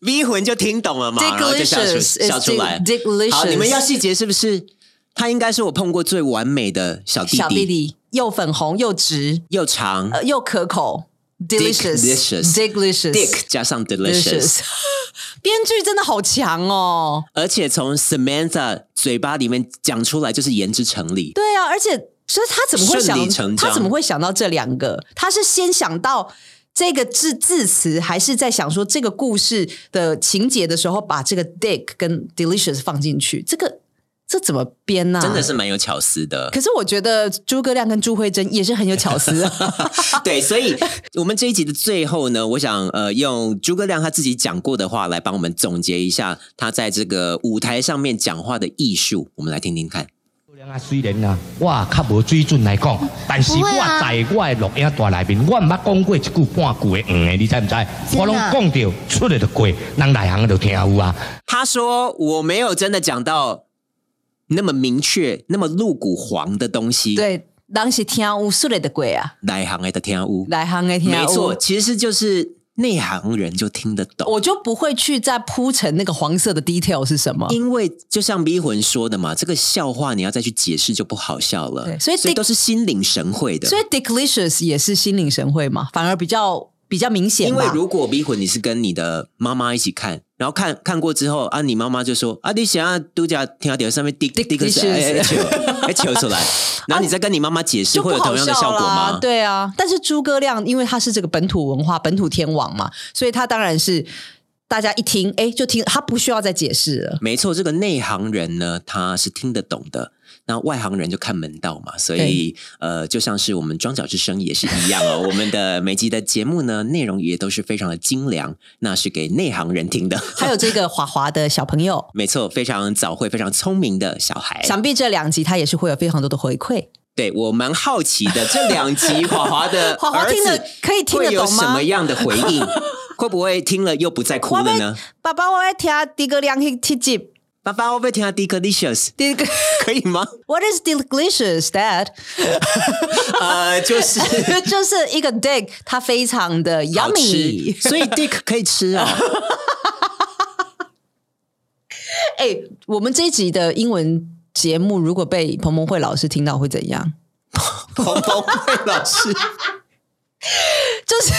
Speaker 1: V 魂就听懂了嘛，然后就笑出
Speaker 4: Delicious, it's
Speaker 1: 笑出来。
Speaker 4: delicious
Speaker 1: 好，你们要细节是不是？他应该是我碰过最完美的小弟弟，
Speaker 4: 小弟弟又粉红又直，
Speaker 1: 又长、
Speaker 4: 呃，又可口
Speaker 1: delicious
Speaker 4: ，delicious，delicious，
Speaker 1: dick 加上 delicious，
Speaker 4: Delicious *laughs* 编剧真的好强哦。
Speaker 1: 而且从 Samantha 嘴巴里面讲出来就是言之成理。
Speaker 4: 对啊，而且所以他怎么会
Speaker 1: 顺理成
Speaker 4: 想
Speaker 1: 章
Speaker 4: 他怎么会想到这两个？他是先想到这个字字词，还是在想说这个故事的情节的时候，把这个 dick 跟 delicious 放进去？这个这怎么编呢、啊
Speaker 1: 真的是。蛮有巧思的，
Speaker 4: 可是我觉得诸葛亮跟朱慧珍也是很有巧思、啊
Speaker 1: *laughs* 对，所以我们这一集的最后呢，我想呃用诸葛亮他自己讲过的话来帮我们总结一下他在这个舞台上面讲话的艺术，我们来听听看。
Speaker 14: 啊，虽然啊，我较无水准来讲，但是
Speaker 20: 不
Speaker 14: 我
Speaker 20: 会啊
Speaker 14: 在我的录音带内面，我毋捌讲过一句半句的黄的，你知毋知？我拢讲着，出来就过，人内行的就听有啊。
Speaker 1: 他说我没有真的讲到那么明确、那么露骨黄的东西。
Speaker 4: 对，当时听乌苏雷的鬼啊，
Speaker 1: 内行的听屋，
Speaker 4: 来行的听有
Speaker 1: 没错，，其实就是内行人就听得懂。
Speaker 4: 我就不会去再铺陈那个黄色的 detail 是什么。
Speaker 1: 因为就像迷魂说的嘛，这个笑话你要再去解释就不好笑了，
Speaker 4: 所以
Speaker 1: 所以
Speaker 4: Dick-
Speaker 1: 都是心领神会的。
Speaker 4: 所以 delicious 也是心领神会嘛，反而比较比较明显
Speaker 1: 因
Speaker 4: 吧。
Speaker 1: 为如果迷魂你是跟你的妈妈一起看，然后看看过之后啊，你妈妈就说啊，你想要度假听到点上面滴滴个水，哎哎
Speaker 4: delicious
Speaker 1: 球
Speaker 4: *laughs*
Speaker 1: 哎球出来，然后你再跟你妈妈解释，
Speaker 4: 就
Speaker 1: 会
Speaker 4: 不
Speaker 1: 有
Speaker 4: 好
Speaker 1: 同样的效
Speaker 4: 笑
Speaker 1: 果吗
Speaker 4: 啦，？对啊。但是诸葛亮因为他是这个本土文化、本土天王嘛，所以他当然是大家一听，哎，就听，他不需要再解释
Speaker 1: *laughs*
Speaker 4: 了。
Speaker 1: 没错，这个内行人呢，他是听得懂的。那外行人就看门道嘛，所以呃，就像是我们庄脚之声也是一样哦。 *laughs* 我们的每集的节目呢，内容也都是非常的精良，那是给内行人听的。 *laughs*
Speaker 4: 还有这个华华的小朋友，
Speaker 1: 没错，非常早慧、非常聪明的小孩。
Speaker 4: 想必这两集他也是会有非常多的回馈。
Speaker 1: 对我蛮好奇的，这两
Speaker 4: *laughs*
Speaker 1: 集华华的
Speaker 4: 华华
Speaker 1: 儿
Speaker 4: 听
Speaker 1: 子
Speaker 4: 得可以听得
Speaker 1: 会有
Speaker 4: 懂吗
Speaker 1: 什么样的回
Speaker 4: *laughs*
Speaker 1: 应？会不会听了又不再哭了呢？
Speaker 4: 爸爸，我要听诸葛亮去去集，
Speaker 1: 爸爸，我被听到 delicious，
Speaker 4: 第一个 *laughs*
Speaker 1: 可以吗？
Speaker 4: What is delicious, Dad？
Speaker 1: 呃，就是
Speaker 4: *laughs* 就是一个 dick，它非常的
Speaker 1: 好
Speaker 4: yummy，
Speaker 1: 吃所以 dick 可以吃啊、
Speaker 4: *laughs* 哎、我们这一集的英文节目如果被彭彭慧老师听到会怎样？
Speaker 1: 彭彭慧老师，
Speaker 4: 就是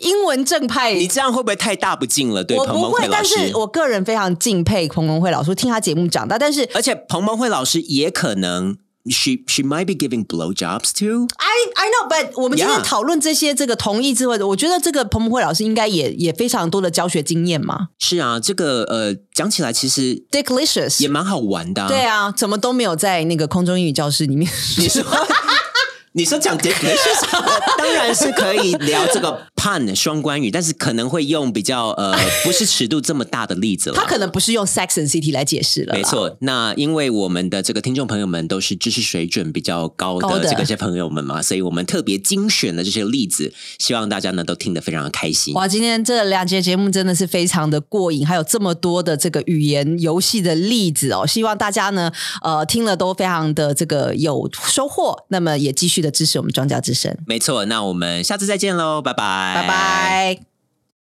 Speaker 4: 英文正派，
Speaker 1: 你这样会不会太大不敬了？对
Speaker 4: 我
Speaker 1: 彭
Speaker 4: 不
Speaker 1: 蒙慧
Speaker 4: 会，
Speaker 1: 老
Speaker 4: 但
Speaker 1: 师
Speaker 4: 是，我个人非常敬佩彭彭慧老师，听他节目长大，但是
Speaker 1: 而且彭蒙慧老师也可能，she she might be giving blowjobs too。
Speaker 4: I I know，but 我们今天
Speaker 1: Yeah
Speaker 4: 讨论这些这个同意智慧的，我觉得这个彭彭慧老师应该也也非常多的教学经验嘛。
Speaker 1: 是啊，这个呃，讲起来其实
Speaker 4: Delicious
Speaker 1: 也蛮好玩的、
Speaker 4: 对，啊，怎么都没有在那个空中英语教
Speaker 1: *laughs*
Speaker 4: 室里面。
Speaker 1: 你说。你说讲 delicious，当 *laughs* 然是可以聊这个 pun 双关语，但是可能会用比较 *laughs* 呃不是尺度这么大的例子了。
Speaker 4: 他可能不是用 Sex and City 来解释了，
Speaker 1: 没。错，那因为我们的这个听众朋友们都是知识水准比较高
Speaker 4: 高
Speaker 1: 的
Speaker 4: 的
Speaker 1: 这个些朋友们嘛，所以我们特别精选了这些例子，希望大家呢都听得非常的开心。
Speaker 4: 哇，今天这两节节目真的是非常的过瘾，还有这么多的这个语言游戏的例子哦，希望大家呢，呃，听了都非常的这个有收获，那么也继续的支持我们庄家之声，
Speaker 1: 没错，那我们下次再见喽，拜拜，
Speaker 4: 拜拜。